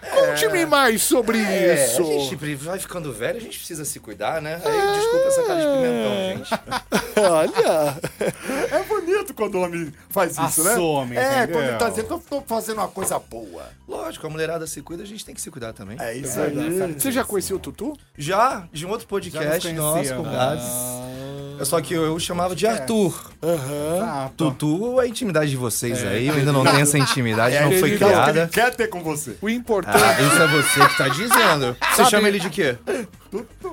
Speaker 6: 18.
Speaker 3: Conte-me mais sobre
Speaker 6: É,
Speaker 3: isso.
Speaker 6: A gente pri- vai ficando velho, a gente precisa se cuidar, né?
Speaker 7: É.
Speaker 6: Aí, desculpa essa cara de pimentão, gente.
Speaker 3: Olha.
Speaker 7: É bonito quando o homem faz isso, né?
Speaker 6: Assume,
Speaker 7: É,
Speaker 6: entendeu?
Speaker 7: quando ele tá dizendo, eu tô fazendo uma coisa boa.
Speaker 6: Lógico, a mulherada se cuida, a gente tem que se cuidar também.
Speaker 7: É isso
Speaker 3: aí. Hum. Você já conhecia o Tutu?
Speaker 6: Já, de um outro podcast
Speaker 3: Já nos
Speaker 6: nosso,
Speaker 3: conhecia,
Speaker 6: com
Speaker 3: né?
Speaker 6: Gabs. É Só que eu, eu chamava de Arthur.
Speaker 3: Tá,
Speaker 6: Tutu, a intimidade de vocês aí. Eu ainda não tenho essa intimidade,
Speaker 3: É.
Speaker 6: não foi
Speaker 7: Ele- ele
Speaker 6: criada.
Speaker 7: quer ter com você.
Speaker 3: O importante.
Speaker 6: Ah, isso é você que tá dizendo. Você
Speaker 3: Sabe-
Speaker 6: chama ele de quê?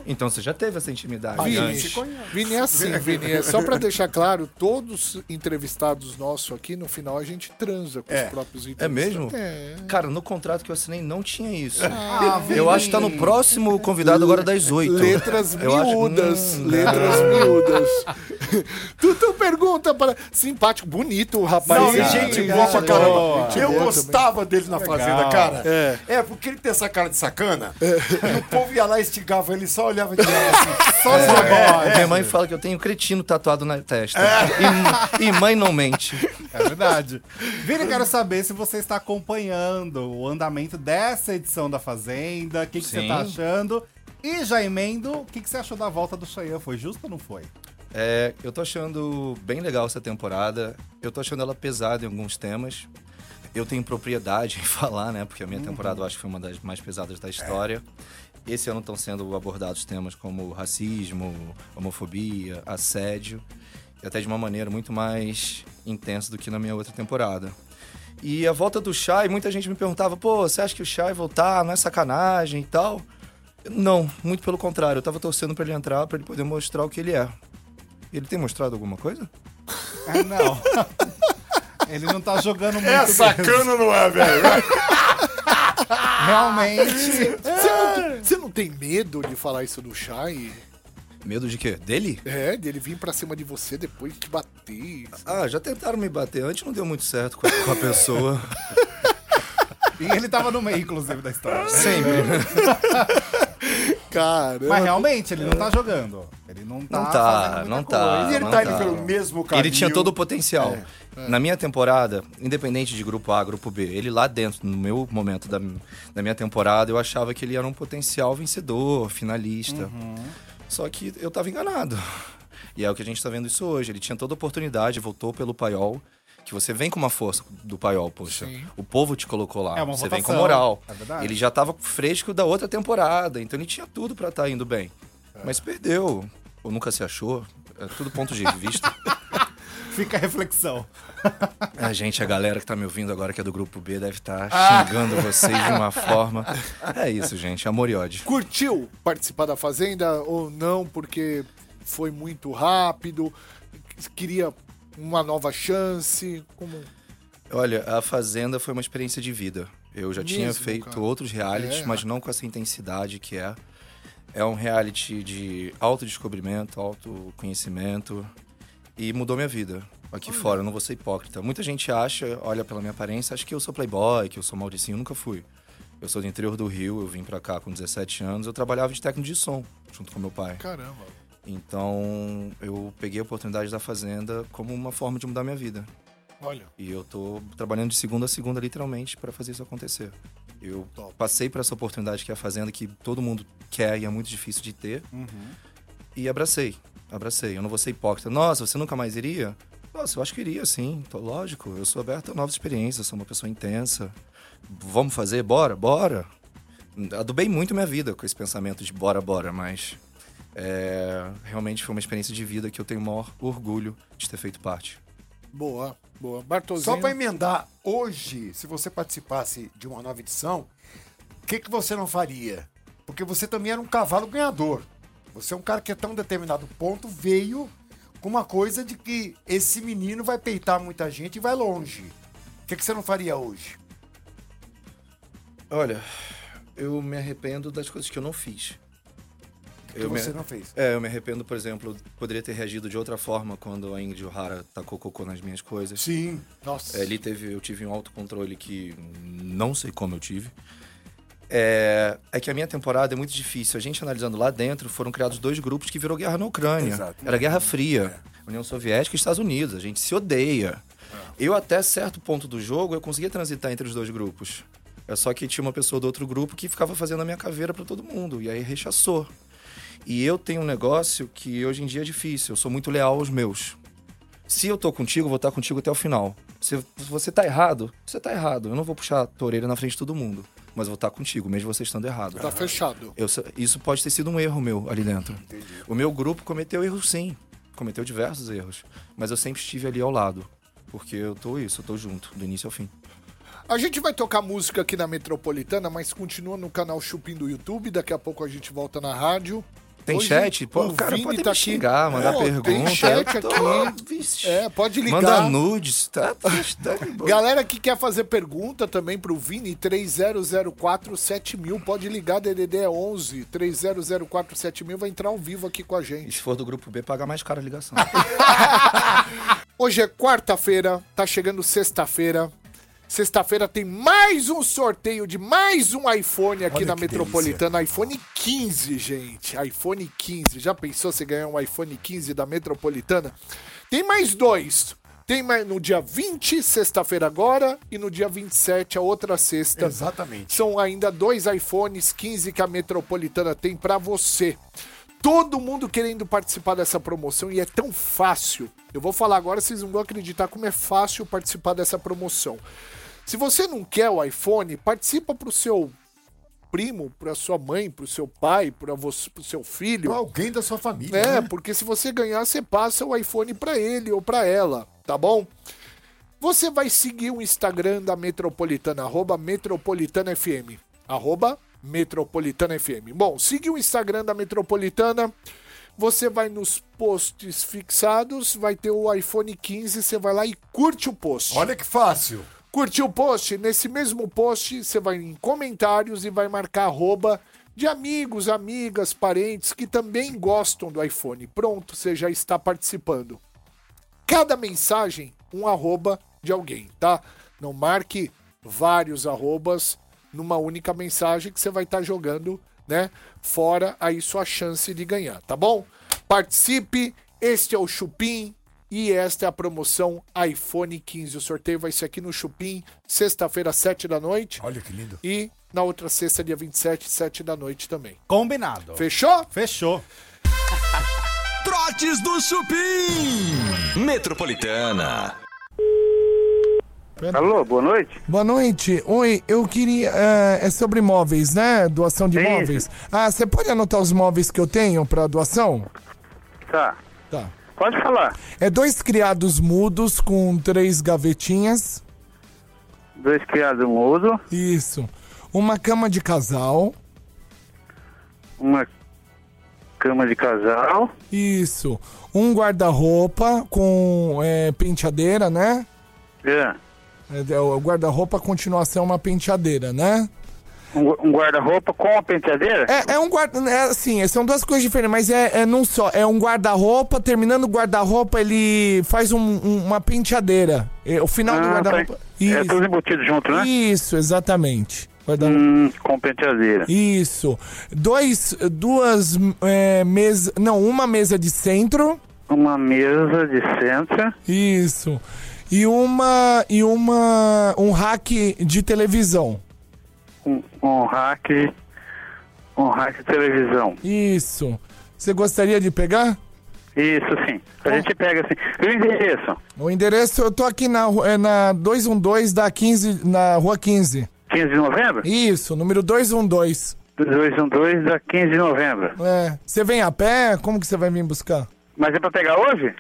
Speaker 6: Então você já teve essa intimidade. antes.
Speaker 3: Vini, Vini é assim, Vini. É só pra deixar claro, todos os entrevistados nossos aqui, no final, a gente transa com os próprios
Speaker 6: É
Speaker 3: entrevistados.
Speaker 6: mesmo? Cara, no contrato que eu assinei não tinha isso.
Speaker 3: Ah,
Speaker 6: eu
Speaker 3: Vini.
Speaker 6: acho que tá no próximo convidado agora das oito.
Speaker 3: Letras
Speaker 6: Eu acho-
Speaker 3: miúdas.
Speaker 6: Hum,
Speaker 3: letras
Speaker 6: não.
Speaker 3: miúdas. [laughs] Tutu pergunta para. Simpático, bonito, rapaz.
Speaker 7: Não, e gente boa pra caramba.
Speaker 3: Gente
Speaker 7: eu
Speaker 3: boa
Speaker 7: gostava
Speaker 3: também.
Speaker 7: dele na
Speaker 3: Legal.
Speaker 7: fazenda, cara.
Speaker 3: É.
Speaker 7: porque ele tem essa cara de sacana.
Speaker 6: É.
Speaker 7: E o povo ia lá e estigava ele, só olhava de lado assim. Só se
Speaker 6: É, Minha mãe fala que eu tenho cretino tatuado na testa. E, e mãe não mente.
Speaker 11: É verdade. Vini, eu quero saber se você está acompanhando o andamento dessa edição da Fazenda, o que, que você
Speaker 7: tá
Speaker 6: Sim.
Speaker 11: está achando. E já emendo, o que, que você achou da volta do Cheyenne? Foi justo ou não foi?
Speaker 6: É, eu tô achando bem legal essa temporada. Eu tô achando ela pesada em alguns temas. Eu tenho propriedade em [laughs] falar, né? Porque a minha
Speaker 15: Uhum.
Speaker 6: temporada eu acho que foi uma das mais pesadas
Speaker 11: É.
Speaker 6: da história. Esse ano estão sendo abordados temas como racismo, homofobia, assédio. E até de uma maneira muito mais intensa do que na minha outra temporada. E a volta do Chay, muita gente me perguntava, pô, você acha que o Chay voltar? Não é sacanagem e tal? Não, muito pelo contrário. Eu tava torcendo pra ele entrar, pra ele poder mostrar o que ele é. Ele tem mostrado alguma coisa?
Speaker 11: Ah, não. Ele não tá jogando muito.
Speaker 6: É sacana, não é, velho?
Speaker 11: Realmente.
Speaker 3: Você você não, tem- você não tem medo de falar isso do Shai?
Speaker 6: Medo de quê? Dele?
Speaker 3: É, dele vir pra cima de você depois de te bater.
Speaker 6: Ah, já tentaram me bater antes, não deu muito certo com a, com a pessoa.
Speaker 11: E ele tava no meio, inclusive, da história.
Speaker 6: Sempre.
Speaker 3: Caramba.
Speaker 11: Mas realmente, ele não tá jogando. Ele não tá.
Speaker 6: Não
Speaker 11: fazendo
Speaker 7: é
Speaker 6: tá,
Speaker 11: muita
Speaker 6: não
Speaker 11: coisa.
Speaker 6: tá. não tá. Ele tinha todo o potencial.
Speaker 11: É.
Speaker 6: Na minha temporada, independente de grupo A, grupo B, ele lá dentro, no meu momento da, da minha temporada, eu achava que ele era um potencial vencedor, finalista.
Speaker 11: Uhum.
Speaker 6: Só que eu tava enganado. E é o que a gente tá vendo isso hoje. Ele tinha toda a oportunidade, voltou pelo paiol. Que você vem com uma força do paiol, poxa. O povo te colocou lá.
Speaker 11: É uma
Speaker 6: você
Speaker 11: votação,
Speaker 6: vem com moral.
Speaker 11: é verdade.
Speaker 6: ele já tava fresco da outra temporada, então ele tinha tudo pra estar indo bem. Mas perdeu. Ou nunca se achou. É tudo ponto de vista.
Speaker 11: Fica a reflexão.
Speaker 6: A gente, a galera que tá me ouvindo agora, que é do grupo B, deve estar
Speaker 3: Ah.
Speaker 6: xingando vocês de
Speaker 3: [laughs]
Speaker 6: uma forma. É isso, gente. Amor e ódio.
Speaker 3: Curtiu participar da Fazenda ou não, porque foi muito rápido, queria uma nova chance? Como... um
Speaker 6: Olha, a Fazenda foi uma experiência de vida. Eu já tinha
Speaker 3: Mesmo,
Speaker 6: feito
Speaker 3: cara?
Speaker 6: outros realities,
Speaker 3: É.
Speaker 6: mas não com essa intensidade que é. É um reality de autodescobrimento, autoconhecimento. E mudou minha vida. Aqui fora, eu não vou ser hipócrita. Muita gente acha, olha pela minha aparência, acha que eu sou playboy, que eu sou mauricinho. Eu nunca fui. Eu sou do interior do Rio, eu vim pra cá com 17 anos. Eu trabalhava de técnico de som, junto com meu pai.
Speaker 3: Caramba.
Speaker 6: Então, eu peguei a oportunidade da Fazenda como uma forma de mudar minha vida.
Speaker 3: Olha.
Speaker 6: E eu tô trabalhando de segunda a segunda, literalmente, pra fazer isso acontecer. Eu passei por essa oportunidade que é a Fazenda, que todo mundo quer e é muito difícil de ter. E abracei. Abracei. Eu não vou ser hipócrita. Nossa, você nunca mais iria? Nossa, eu acho que iria, sim. Tô, lógico, eu sou aberto a novas experiências, eu sou uma pessoa intensa. Vamos fazer? Bora? Bora! Adubei muito minha vida com esse pensamento de bora, bora, mas... é, realmente foi uma experiência de vida que eu tenho o maior orgulho de ter feito parte.
Speaker 3: Boa, boa. Bartolzinho.
Speaker 7: Só pra emendar, hoje, se você participasse de uma nova edição, o que, que você não faria? Porque você também era um cavalo ganhador. Você é um cara que até um determinado ponto veio com uma coisa de que esse menino vai peitar muita gente e vai longe. O que, que você não faria hoje?
Speaker 6: Olha, eu me arrependo das coisas que eu não fiz.
Speaker 7: Que você não fez.
Speaker 6: É, eu me arrependo, por exemplo, eu poderia ter reagido de outra forma quando a Ingrid O'Hara tacou cocô nas minhas coisas.
Speaker 3: tá
Speaker 7: Sim, nossa.
Speaker 6: Ali teve, eu tive um autocontrole que não sei como eu tive. É, é que a minha temporada é muito difícil. A gente analisando lá dentro, foram criados dois grupos que virou guerra na Ucrânia.
Speaker 11: Exato.
Speaker 6: Era Guerra Fria, União Soviética e Estados Unidos. A gente se odeia. Eu, até certo ponto do jogo, eu conseguia transitar entre os dois grupos. É só que tinha uma pessoa do outro grupo que ficava fazendo a minha caveira pra todo mundo. E aí rechaçou. E eu tenho um negócio que hoje em dia é difícil. Eu sou muito leal aos meus. Se eu tô contigo, eu vou estar contigo até o final. Se você tá errado, você tá errado. Eu não vou puxar a tua orelha na frente de todo mundo. Mas eu vou estar contigo, mesmo você estando errado.
Speaker 3: Tá fechado.
Speaker 6: Eu sa- isso pode ter sido um erro meu ali dentro. O meu grupo cometeu erros, sim. Cometeu diversos erros. Mas eu sempre estive ali ao lado. Porque eu tô isso, eu tô junto, do início ao fim.
Speaker 3: A gente vai tocar música aqui na Metropolitana, mas continua no canal Chupim do YouTube. Daqui a pouco a gente volta na rádio.
Speaker 6: Tem
Speaker 3: Hoje,
Speaker 6: chat? Pô, o cara
Speaker 3: Vini
Speaker 6: pode
Speaker 3: tá
Speaker 6: me
Speaker 3: aqui.
Speaker 6: xingar, mandar
Speaker 3: Pô, Tem
Speaker 6: pergunta.
Speaker 3: chat
Speaker 6: Eu tô-
Speaker 3: aqui. É, pode ligar.
Speaker 6: Manda nudes, tá? tá, tá de boa.
Speaker 3: Galera que quer fazer pergunta também pro Vini, 3004 7000, pode ligar, DDD é 11 3004 7000, vai entrar ao vivo aqui com a gente.
Speaker 6: E se for do grupo B, paga mais caro a ligação.
Speaker 3: Hoje é quarta-feira, tá chegando sexta-feira. Sexta-feira tem mais um sorteio de mais um iPhone aqui na Metropolitana. iPhone 15, gente. iPhone 15. Já pensou se ganhar um iPhone 15 da Metropolitana? Tem mais dois. Tem mais no dia 20, sexta-feira agora, e no dia 27, a outra sexta.
Speaker 7: Exatamente.
Speaker 3: São ainda dois iPhones 15 que a Metropolitana tem pra você. Todo mundo querendo participar dessa promoção e é tão fácil. Eu vou falar agora, vocês não vão acreditar como é fácil participar dessa promoção. Se você não quer o iPhone, participa pro seu primo, pra sua mãe, pro seu pai, pra você, pro seu filho. né? Pra
Speaker 7: alguém da sua família. né?
Speaker 3: É, porque se você ganhar, você passa o iPhone pra ele ou pra ela, tá bom? Você vai seguir o Instagram da Metropolitana, arroba Metropolitana FM. Arroba Metropolitana FM. Bom, seguir o Instagram da Metropolitana. Você vai nos posts fixados, vai ter o iPhone 15, você vai lá e curte o post. Olha que fácil. Curtiu o post? Nesse mesmo post, você vai em comentários e vai marcar arroba de amigos, amigas, parentes que também gostam do iPhone. Pronto, você já está participando cada mensagem um arroba de alguém, tá? Não marque vários arrobas numa única mensagem que você vai estar jogando, né? Fora aí sua chance de ganhar, tá bom? Participe, este é o Chupim e esta é a promoção iPhone 15. O sorteio vai ser aqui no Chupim, sexta-feira, 7 da noite. Olha que lindo. E na outra sexta, dia 27, 7 da noite também.
Speaker 16: Combinado.
Speaker 3: Fechou?
Speaker 16: Fechou.
Speaker 1: Trotes do Chupim. Metropolitana.
Speaker 17: Alô, boa noite. Boa noite. Oi, eu queria. eh, É, sobre imóveis, né? Doação de
Speaker 6: Isso.
Speaker 17: imóveis. Ah, você pode anotar os móveis que eu tenho pra doação?
Speaker 6: Tá.
Speaker 17: Tá.
Speaker 6: Pode falar.
Speaker 17: É dois criados mudos com três gavetinhas.
Speaker 6: Dois criados um mudo,
Speaker 17: Isso. Uma cama de casal.
Speaker 6: uma cama de casal,
Speaker 17: Isso. Um guarda-roupa com eh, penteadeira, né?
Speaker 6: é,
Speaker 17: É, é, O guarda-roupa continua a ser uma penteadeira, né?
Speaker 6: um, gu- um guarda-roupa com a penteadeira?
Speaker 17: É, é um guarda. É, assim, são duas coisas diferentes, mas é, é num só. É um guarda-roupa, terminando o guarda-roupa, ele faz um- um- uma penteadeira. É, o final do
Speaker 6: Ah, tá.
Speaker 17: guarda-roupa.
Speaker 6: É tudo embutido junto, né?
Speaker 17: Isso, exatamente. Guarda-roupa.
Speaker 6: Hum, com penteadeira.
Speaker 17: Isso. Dois, duas é, mesas. Não, uma mesa de centro.
Speaker 6: Uma mesa de centro.
Speaker 17: Isso. E uma. E uma. Um rack de televisão.
Speaker 6: Um, um rack, um rack de televisão.
Speaker 17: Isso. Você gostaria de pegar?
Speaker 6: Isso sim. A gente pega assim. E o endereço?
Speaker 17: O endereço, eu tô aqui na, ru- é na 212 da 15, na rua 15.
Speaker 6: 15 de novembro?
Speaker 17: Isso, número 212.
Speaker 6: 212 da 15 de novembro.
Speaker 17: É. Você vem a pé? Como que você vai vir buscar?
Speaker 6: Mas é pra pegar hoje?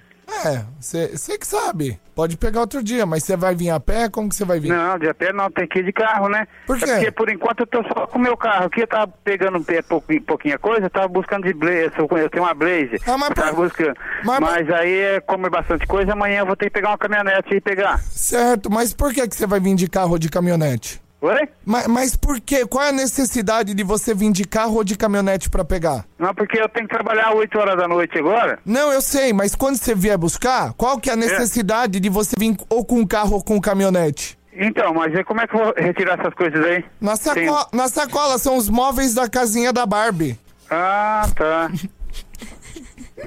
Speaker 17: É, você que sabe. Pode pegar outro dia, mas você vai vir a pé? Como que você vai vir?
Speaker 6: Não, de a pé não, tem que ir de carro, né?
Speaker 17: Por quê?
Speaker 6: É porque por enquanto eu tô só com o meu carro aqui, eu tava pegando um pé, pouquinho, pouquinha coisa, eu tava buscando de blazer, eu eu tenho uma blazer,
Speaker 17: Ah,
Speaker 6: eu tava buscando. Mas, aí, é, como é bastante coisa, amanhã eu vou ter que pegar uma caminhonete e pegar.
Speaker 17: Certo, mas por que que você vai vir de carro ou de caminhonete?
Speaker 6: Oi?
Speaker 17: Mas, mas por quê? Qual é a necessidade de você vir de carro ou de caminhonete pra pegar?
Speaker 6: Não, porque eu tenho que trabalhar 8 horas da noite agora.
Speaker 17: Não, eu sei, mas quando você vier buscar, qual que é a necessidade de você vir ou com carro ou com caminhonete?
Speaker 6: Então, mas aí como é que eu vou retirar essas coisas aí?
Speaker 17: Na, saco- na sacola são os móveis da casinha da Barbie.
Speaker 6: Ah, tá.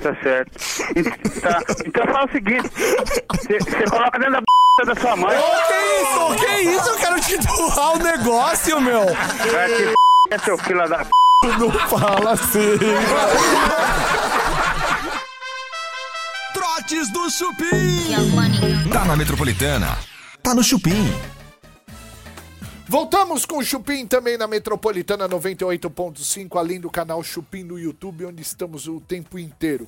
Speaker 6: tá certo. Ent- tá. Então fala o seguinte, você coloca dentro da b... da sua mãe.
Speaker 17: Ô, que isso? Que isso? Eu quero titular o negócio, meu.
Speaker 6: É que p... é seu fila da p...
Speaker 17: Não fala assim.
Speaker 1: Trotes do Chupim. Tá na Metropolitana. Tá no Chupim.
Speaker 3: Voltamos com o Chupim também na Metropolitana 98.5, além do canal Chupim no YouTube, onde estamos o tempo inteiro.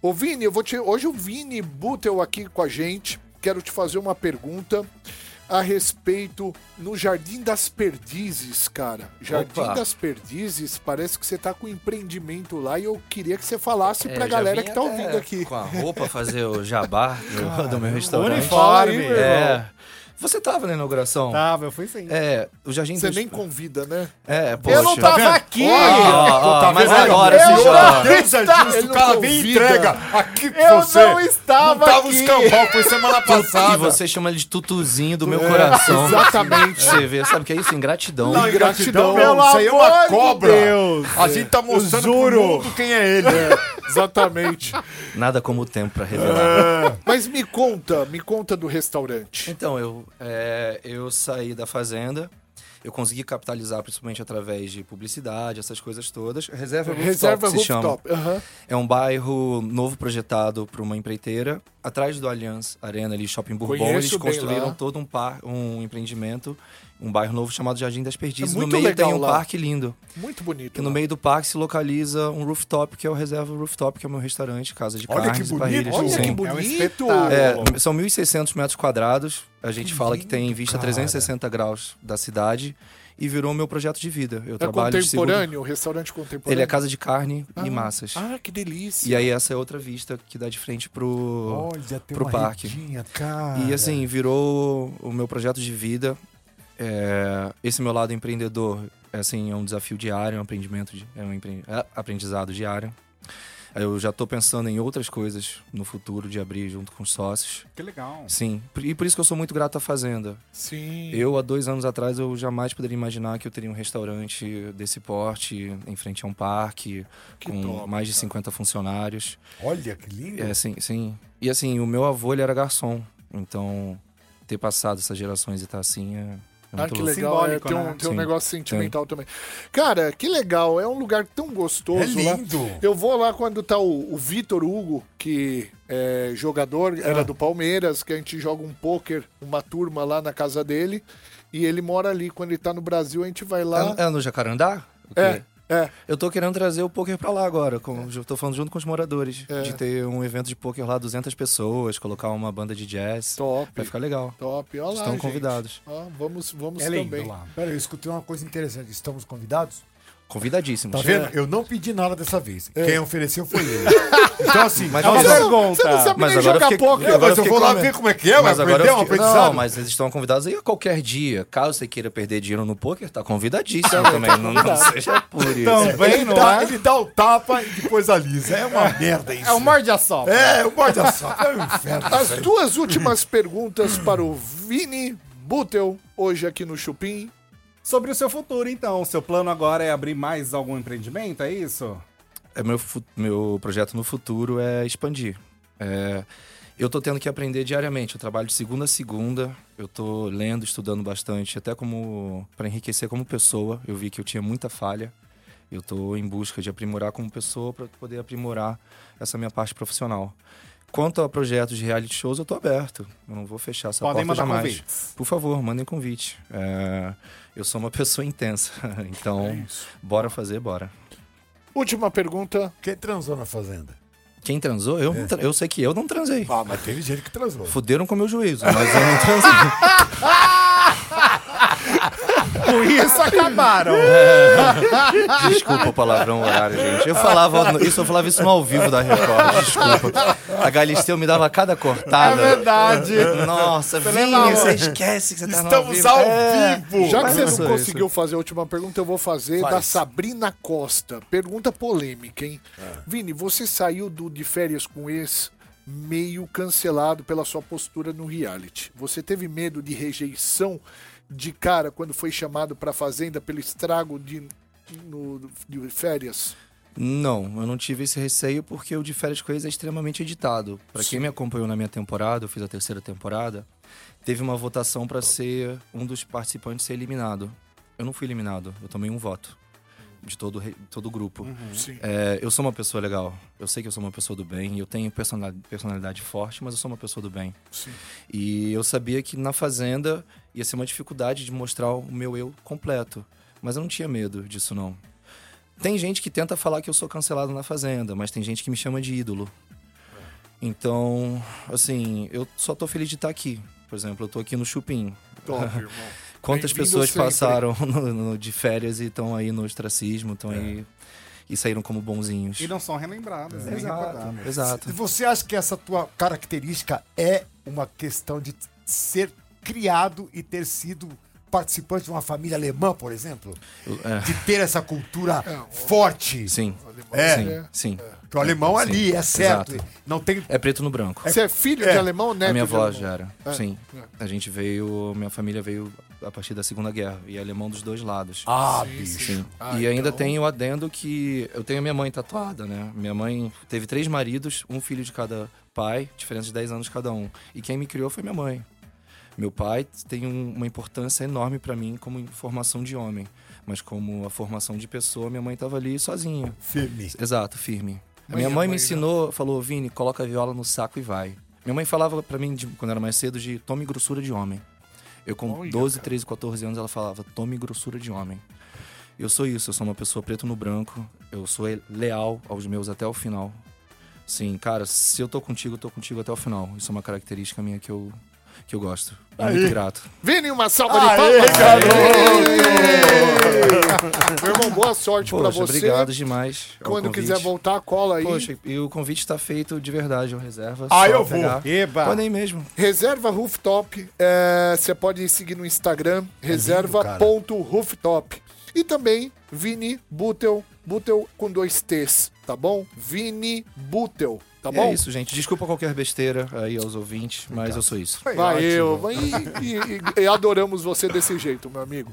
Speaker 3: Ô Vini, eu vou te... hoje o Vini Butel aqui com a gente. Quero te fazer uma pergunta a respeito no Jardim das Perdizes, cara. Jardim
Speaker 18: Opa.
Speaker 3: das Perdizes, parece que você tá com um empreendimento lá e eu queria que você falasse
Speaker 18: É,
Speaker 3: pra
Speaker 18: eu já
Speaker 3: galera
Speaker 18: vim
Speaker 3: que tá
Speaker 18: até
Speaker 3: ouvindo aqui.
Speaker 19: Com a roupa, fazer o jabá do, do meu
Speaker 6: Tá
Speaker 19: restaurante.
Speaker 3: uniforme, meu
Speaker 19: É.
Speaker 3: irmão.
Speaker 19: Você tava na inauguração?
Speaker 16: Tava, eu fui sim.
Speaker 19: É, o Jardim
Speaker 3: Você
Speaker 19: dos-
Speaker 3: nem convida, né?
Speaker 19: É, poxa.
Speaker 3: Eu não tava
Speaker 19: Tá vendo?
Speaker 3: aqui!
Speaker 19: Ó, ó,
Speaker 3: Eu tava
Speaker 19: mas
Speaker 3: aqui.
Speaker 19: agora
Speaker 3: Eu
Speaker 19: se
Speaker 3: não
Speaker 19: joga.
Speaker 3: tava- Ele não convida. Eu não estava
Speaker 7: Não tava
Speaker 3: aqui.
Speaker 7: os cambal, foi semana
Speaker 19: Tu-
Speaker 7: passada.
Speaker 19: E você chama ele de tutuzinho do meu
Speaker 7: É,
Speaker 19: coração.
Speaker 7: exatamente.
Speaker 19: Você vê, sabe o que é isso? Ingratidão.
Speaker 7: Não, ingratidão, Então, pelo Isso aí é uma amor de cobra. Deus. A gente tá Eu mostrando pro juro. mundo quem é [laughs] ele.
Speaker 3: exatamente.
Speaker 19: Nada como o tempo pra revelar.
Speaker 3: Mas me conta, me conta do restaurante.
Speaker 19: Então, eu, é, eu saí da fazenda, eu consegui capitalizar principalmente através de publicidade, essas coisas todas. Reserva Rooftop,
Speaker 3: Reserva
Speaker 19: se chama.
Speaker 3: Rooftop, aham.
Speaker 19: É um bairro novo projetado por uma empreiteira
Speaker 6: atrás do Allianz Arena ali, Shopping Bourbon,
Speaker 2: Conheço
Speaker 6: eles
Speaker 2: bem
Speaker 6: construíram
Speaker 2: lá.
Speaker 6: todo um par, um empreendimento, um bairro novo chamado Jardim das Perdizes.
Speaker 3: É
Speaker 6: no
Speaker 3: muito
Speaker 6: meio tem
Speaker 3: legal
Speaker 6: um
Speaker 3: lá.
Speaker 6: parque lindo.
Speaker 3: Muito bonito.
Speaker 6: Que no
Speaker 3: lá.
Speaker 6: meio do parque se localiza um rooftop, que é o Reserva Rooftop, que é o meu restaurante, casa de
Speaker 3: Olha que
Speaker 6: carnes e
Speaker 3: bonito,
Speaker 6: parrilhas.
Speaker 3: olha que
Speaker 6: Sim.
Speaker 3: bonito. É um
Speaker 6: É,
Speaker 3: espetáculo.
Speaker 6: são 1.600 metros quadrados. A gente
Speaker 3: Que
Speaker 6: fala que tem vista
Speaker 3: cara.
Speaker 6: 360 graus da cidade e virou meu projeto de vida. Eu
Speaker 3: É
Speaker 6: trabalho de segunda-
Speaker 3: contemporâneo, restaurante contemporâneo.
Speaker 6: Ele é casa de carne e
Speaker 3: Ah.
Speaker 6: massas.
Speaker 3: Ah, que delícia.
Speaker 6: E aí essa é outra vista que dá de frente pro,
Speaker 7: Olha, tem
Speaker 6: pro
Speaker 7: uma
Speaker 6: parque.
Speaker 7: redinha, cara.
Speaker 6: E assim, virou o meu projeto de vida. É, esse meu lado empreendedor é, assim, é um desafio diário, é um aprendimento, de- é um empre- é aprendizado diário. Eu já tô pensando em outras coisas no futuro de abrir junto com os sócios.
Speaker 11: Que legal.
Speaker 6: Sim. E por isso que eu sou muito grato à Fazenda.
Speaker 3: Sim.
Speaker 6: Eu, há dois anos atrás, eu jamais poderia imaginar que eu teria um restaurante desse porte, em frente a um parque, com mais de 50 funcionários.
Speaker 7: Olha que lindo.
Speaker 6: É, sim, sim. E assim, o meu avô, ele era garçom. Então, ter passado essas gerações e estar assim é... é
Speaker 3: Ah,
Speaker 6: muito
Speaker 3: que
Speaker 6: louco.
Speaker 3: legal. é, tem um,
Speaker 7: né?
Speaker 3: tem um
Speaker 6: Sim,
Speaker 3: negócio
Speaker 6: tem.
Speaker 3: sentimental também. Cara, que legal. É um lugar tão gostoso.
Speaker 7: É lindo.
Speaker 3: Lá. Eu vou lá quando tá o, o Vitor Hugo, que é jogador,
Speaker 7: Ah.
Speaker 3: era do Palmeiras, que a gente joga um pôquer, uma turma lá na casa dele. E ele mora ali. Quando ele tá no Brasil, a gente vai lá.
Speaker 7: Tá
Speaker 6: É, é no Jacarandá? O
Speaker 3: É,
Speaker 6: quê? Eu tô querendo trazer o poker pra lá agora. Com, eu Tô falando junto com os moradores.
Speaker 3: É.
Speaker 6: De ter um evento de poker lá, 200 pessoas, colocar uma banda de jazz.
Speaker 3: Top.
Speaker 6: Vai ficar legal.
Speaker 3: Top. Olha lá,
Speaker 6: Estão
Speaker 3: gente.
Speaker 6: convidados.
Speaker 3: Ó, vamos vamos
Speaker 7: É lindo
Speaker 3: também.
Speaker 7: lá. Pera, eu escutei uma coisa interessante. Estamos convidados?
Speaker 6: Convidadíssimos.
Speaker 7: Tá
Speaker 3: É.
Speaker 7: vendo? Eu não pedi nada dessa vez. Quem ofereceu foi ele. então, assim,
Speaker 6: Mas
Speaker 7: é uma
Speaker 6: olha só,
Speaker 7: pergunta.
Speaker 6: você não sabe nem jogar poker.
Speaker 7: Não,
Speaker 6: Agora
Speaker 7: mas eu
Speaker 6: fiquei
Speaker 7: vou lá
Speaker 6: com
Speaker 7: ver
Speaker 6: medo.
Speaker 7: como é que é, mas
Speaker 6: agora
Speaker 7: aprender
Speaker 6: eu
Speaker 7: um
Speaker 6: fiquei-
Speaker 7: aprendizado.
Speaker 6: Não, mas eles estão convidados aí a qualquer dia. Caso você queira perder dinheiro no poker, tá convidadíssimo também. Não, não seja por isso.
Speaker 7: [laughs] ele, dá, ele dá o tapa e depois alisa. É uma merda isso.
Speaker 11: É
Speaker 3: um
Speaker 11: o morde a sopa.
Speaker 7: É, o morde a sopa. É um inferno.
Speaker 3: As duas últimas perguntas para o Vini Butel, hoje aqui no Chupim.
Speaker 11: Sobre o seu futuro, então. O seu plano agora é abrir mais algum empreendimento, é isso?
Speaker 6: é meu, fu- meu projeto no futuro é expandir. É, eu tô tendo que aprender diariamente. Eu trabalho de segunda a segunda. Eu tô lendo, estudando bastante, até como para enriquecer como pessoa. Eu vi que eu tinha muita falha. Eu tô em busca de aprimorar como pessoa para poder aprimorar essa minha parte profissional. Quanto a projetos de reality shows, eu tô aberto. Eu não vou fechar essa
Speaker 11: Podem
Speaker 6: porta
Speaker 11: mandar
Speaker 6: jamais.
Speaker 11: convites.
Speaker 6: Por favor, mandem convite. É, eu sou uma [laughs] pessoa intensa, então
Speaker 11: É
Speaker 6: bora fazer, bora.
Speaker 3: Última pergunta.
Speaker 7: Quem transou na fazenda?
Speaker 6: Quem transou? Eu,
Speaker 11: É.
Speaker 6: não tra- eu sei que eu não transei.
Speaker 7: Ah, mas teve gente que transou.
Speaker 6: Fuderam com o meu juízo, mas eu
Speaker 2: [laughs]
Speaker 6: não transei.
Speaker 11: Com isso acabaram.
Speaker 6: É. Desculpa o palavrão horário, gente. Eu falava isso, eu falava isso no ao vivo da Record. Desculpa. A Galisteu me dava cada cortada.
Speaker 2: É verdade.
Speaker 6: Nossa,
Speaker 2: Você
Speaker 6: Vini,
Speaker 2: lembra?
Speaker 6: você esquece que você tá
Speaker 2: é.
Speaker 6: no
Speaker 2: Estamos
Speaker 6: vivo.
Speaker 2: ao
Speaker 6: É.
Speaker 3: Já que
Speaker 6: Mas
Speaker 3: você
Speaker 6: isso,
Speaker 3: não
Speaker 6: isso.
Speaker 3: conseguiu fazer a última pergunta, eu vou fazer
Speaker 6: Faz.
Speaker 3: da Sabrina Costa. Pergunta polêmica, hein? Vini, você saiu do de férias com ex meio cancelado pela sua postura no reality. Você teve medo de rejeição de cara quando foi chamado pra fazenda pelo estrago de, no- de férias?
Speaker 6: Não, eu não tive esse receio porque o de férias com ex é extremamente editado. Pra quem me acompanhou na minha temporada, eu fiz a terceira temporada, teve uma votação pra ser um dos participantes ser eliminado. Eu não fui eliminado, eu tomei um voto de todo re- todo o grupo.
Speaker 2: Uhum. Sim.
Speaker 6: É, eu sou uma pessoa legal. Eu sei que eu sou uma pessoa do bem. Eu tenho personali- personalidade forte, mas eu sou uma pessoa do bem.
Speaker 2: Sim.
Speaker 6: E eu sabia que na Fazenda ia ser uma dificuldade de mostrar o meu eu completo. Mas eu não tinha medo disso, não. Tem gente que tenta falar que eu sou cancelado na Fazenda, mas tem gente que me chama de ídolo. Então, assim, eu só tô feliz de estar aqui. Por exemplo, eu tô aqui no Chupim.
Speaker 2: Top, irmão.
Speaker 6: Quantas
Speaker 2: Bem-vindo
Speaker 6: pessoas
Speaker 2: sempre.
Speaker 6: passaram [laughs] no- no- de férias e estão aí no ostracismo, estão aí e saíram como bonzinhos.
Speaker 11: E não são relembradas, nem
Speaker 6: Exato,
Speaker 11: recordadas.
Speaker 3: É
Speaker 6: exato.
Speaker 7: E Você acha que essa tua característica é uma questão de ser criado e ter sido participante de uma família alemã, por exemplo?
Speaker 6: Eu- é.
Speaker 7: De ter essa cultura
Speaker 3: É,
Speaker 7: forte.
Speaker 6: Sim.
Speaker 7: É.
Speaker 6: Sim, sim.
Speaker 7: Que o alemão
Speaker 6: Sim,
Speaker 7: ali, é certo.
Speaker 6: exato.
Speaker 7: Não tem...
Speaker 6: É preto no branco.
Speaker 3: Você é filho de alemão ou neto
Speaker 6: A minha
Speaker 3: de
Speaker 6: avó
Speaker 3: alemão?
Speaker 6: já era.
Speaker 3: É.
Speaker 6: Sim.
Speaker 3: É.
Speaker 6: A gente veio. Minha família veio a partir da Segunda Guerra. E é alemão dos dois lados.
Speaker 7: Ah,
Speaker 6: Sim,
Speaker 7: bicho.
Speaker 6: sim.
Speaker 7: Ah,
Speaker 6: e ainda
Speaker 7: então.
Speaker 6: tem o adendo que. Eu tenho a minha mãe tatuada, né? Minha mãe teve três maridos, um filho de cada pai, diferença de 10 anos cada um. E quem me criou foi minha mãe. Meu pai tem um- uma importância enorme pra mim como formação de homem. Mas como a formação de pessoa, minha mãe tava ali sozinha.
Speaker 7: Firme.
Speaker 6: Exato, firme. A
Speaker 2: Mãe
Speaker 6: minha
Speaker 2: é
Speaker 6: mãe
Speaker 2: mãe, né?
Speaker 6: me ensinou, falou, Vini, coloca a viola no saco e vai. Minha mãe falava pra mim, de- quando era mais cedo, de tome grossura de homem. Eu com
Speaker 20: Olha,
Speaker 6: 12, 13, 14 anos, ela falava, tome grossura de homem. Eu sou isso, eu sou uma pessoa preto no branco, eu sou e- leal aos meus até o final. Sim, cara, se eu tô contigo, eu tô contigo até o final. Isso é uma característica minha que eu, que eu gosto. E
Speaker 3: Aí.
Speaker 6: Muito grato.
Speaker 3: Vini, uma salva de
Speaker 6: Aê,
Speaker 3: palmas.
Speaker 6: garoto!
Speaker 3: Meu irmão, boa sorte pra
Speaker 6: Poxa,
Speaker 3: você.
Speaker 6: obrigado demais. ao
Speaker 3: Quando
Speaker 6: convite.
Speaker 3: quiser voltar, cola aí.
Speaker 6: Poxa, e o convite tá feito de verdade, eu reserva.
Speaker 3: Ah,
Speaker 6: só
Speaker 3: eu vou.
Speaker 6: pegar.
Speaker 3: Eba.
Speaker 6: Podem mesmo.
Speaker 3: Reserva Rooftop. é, Você pode seguir no Instagram,
Speaker 6: É cara.
Speaker 3: reserva.rooftop. E também Vini Butel, Butel com dois T's, tá bom? Vini Butel, tá
Speaker 6: E
Speaker 3: bom?
Speaker 6: É isso, gente. Desculpa qualquer besteira aí aos ouvintes, mas eu sou isso.
Speaker 3: Valeu. E, e- e- e adoramos você desse jeito, meu amigo.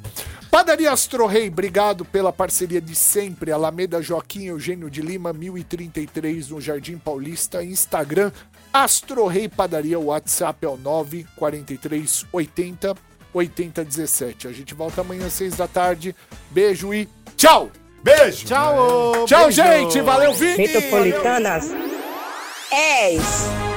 Speaker 3: Padaria Astro Rei, obrigado pela parceria de sempre. Alameda Joaquim Eugênio de Lima, 1033, no Jardim Paulista. Instagram, Astro Rei Padaria. O WhatsApp é o 943 80 8017. A gente volta amanhã às seis da tarde. Beijo e tchau! Beijo! Tchau! Tchau, gente! Valeu, Vini! Valeu.
Speaker 21: Metropolitanas. 10.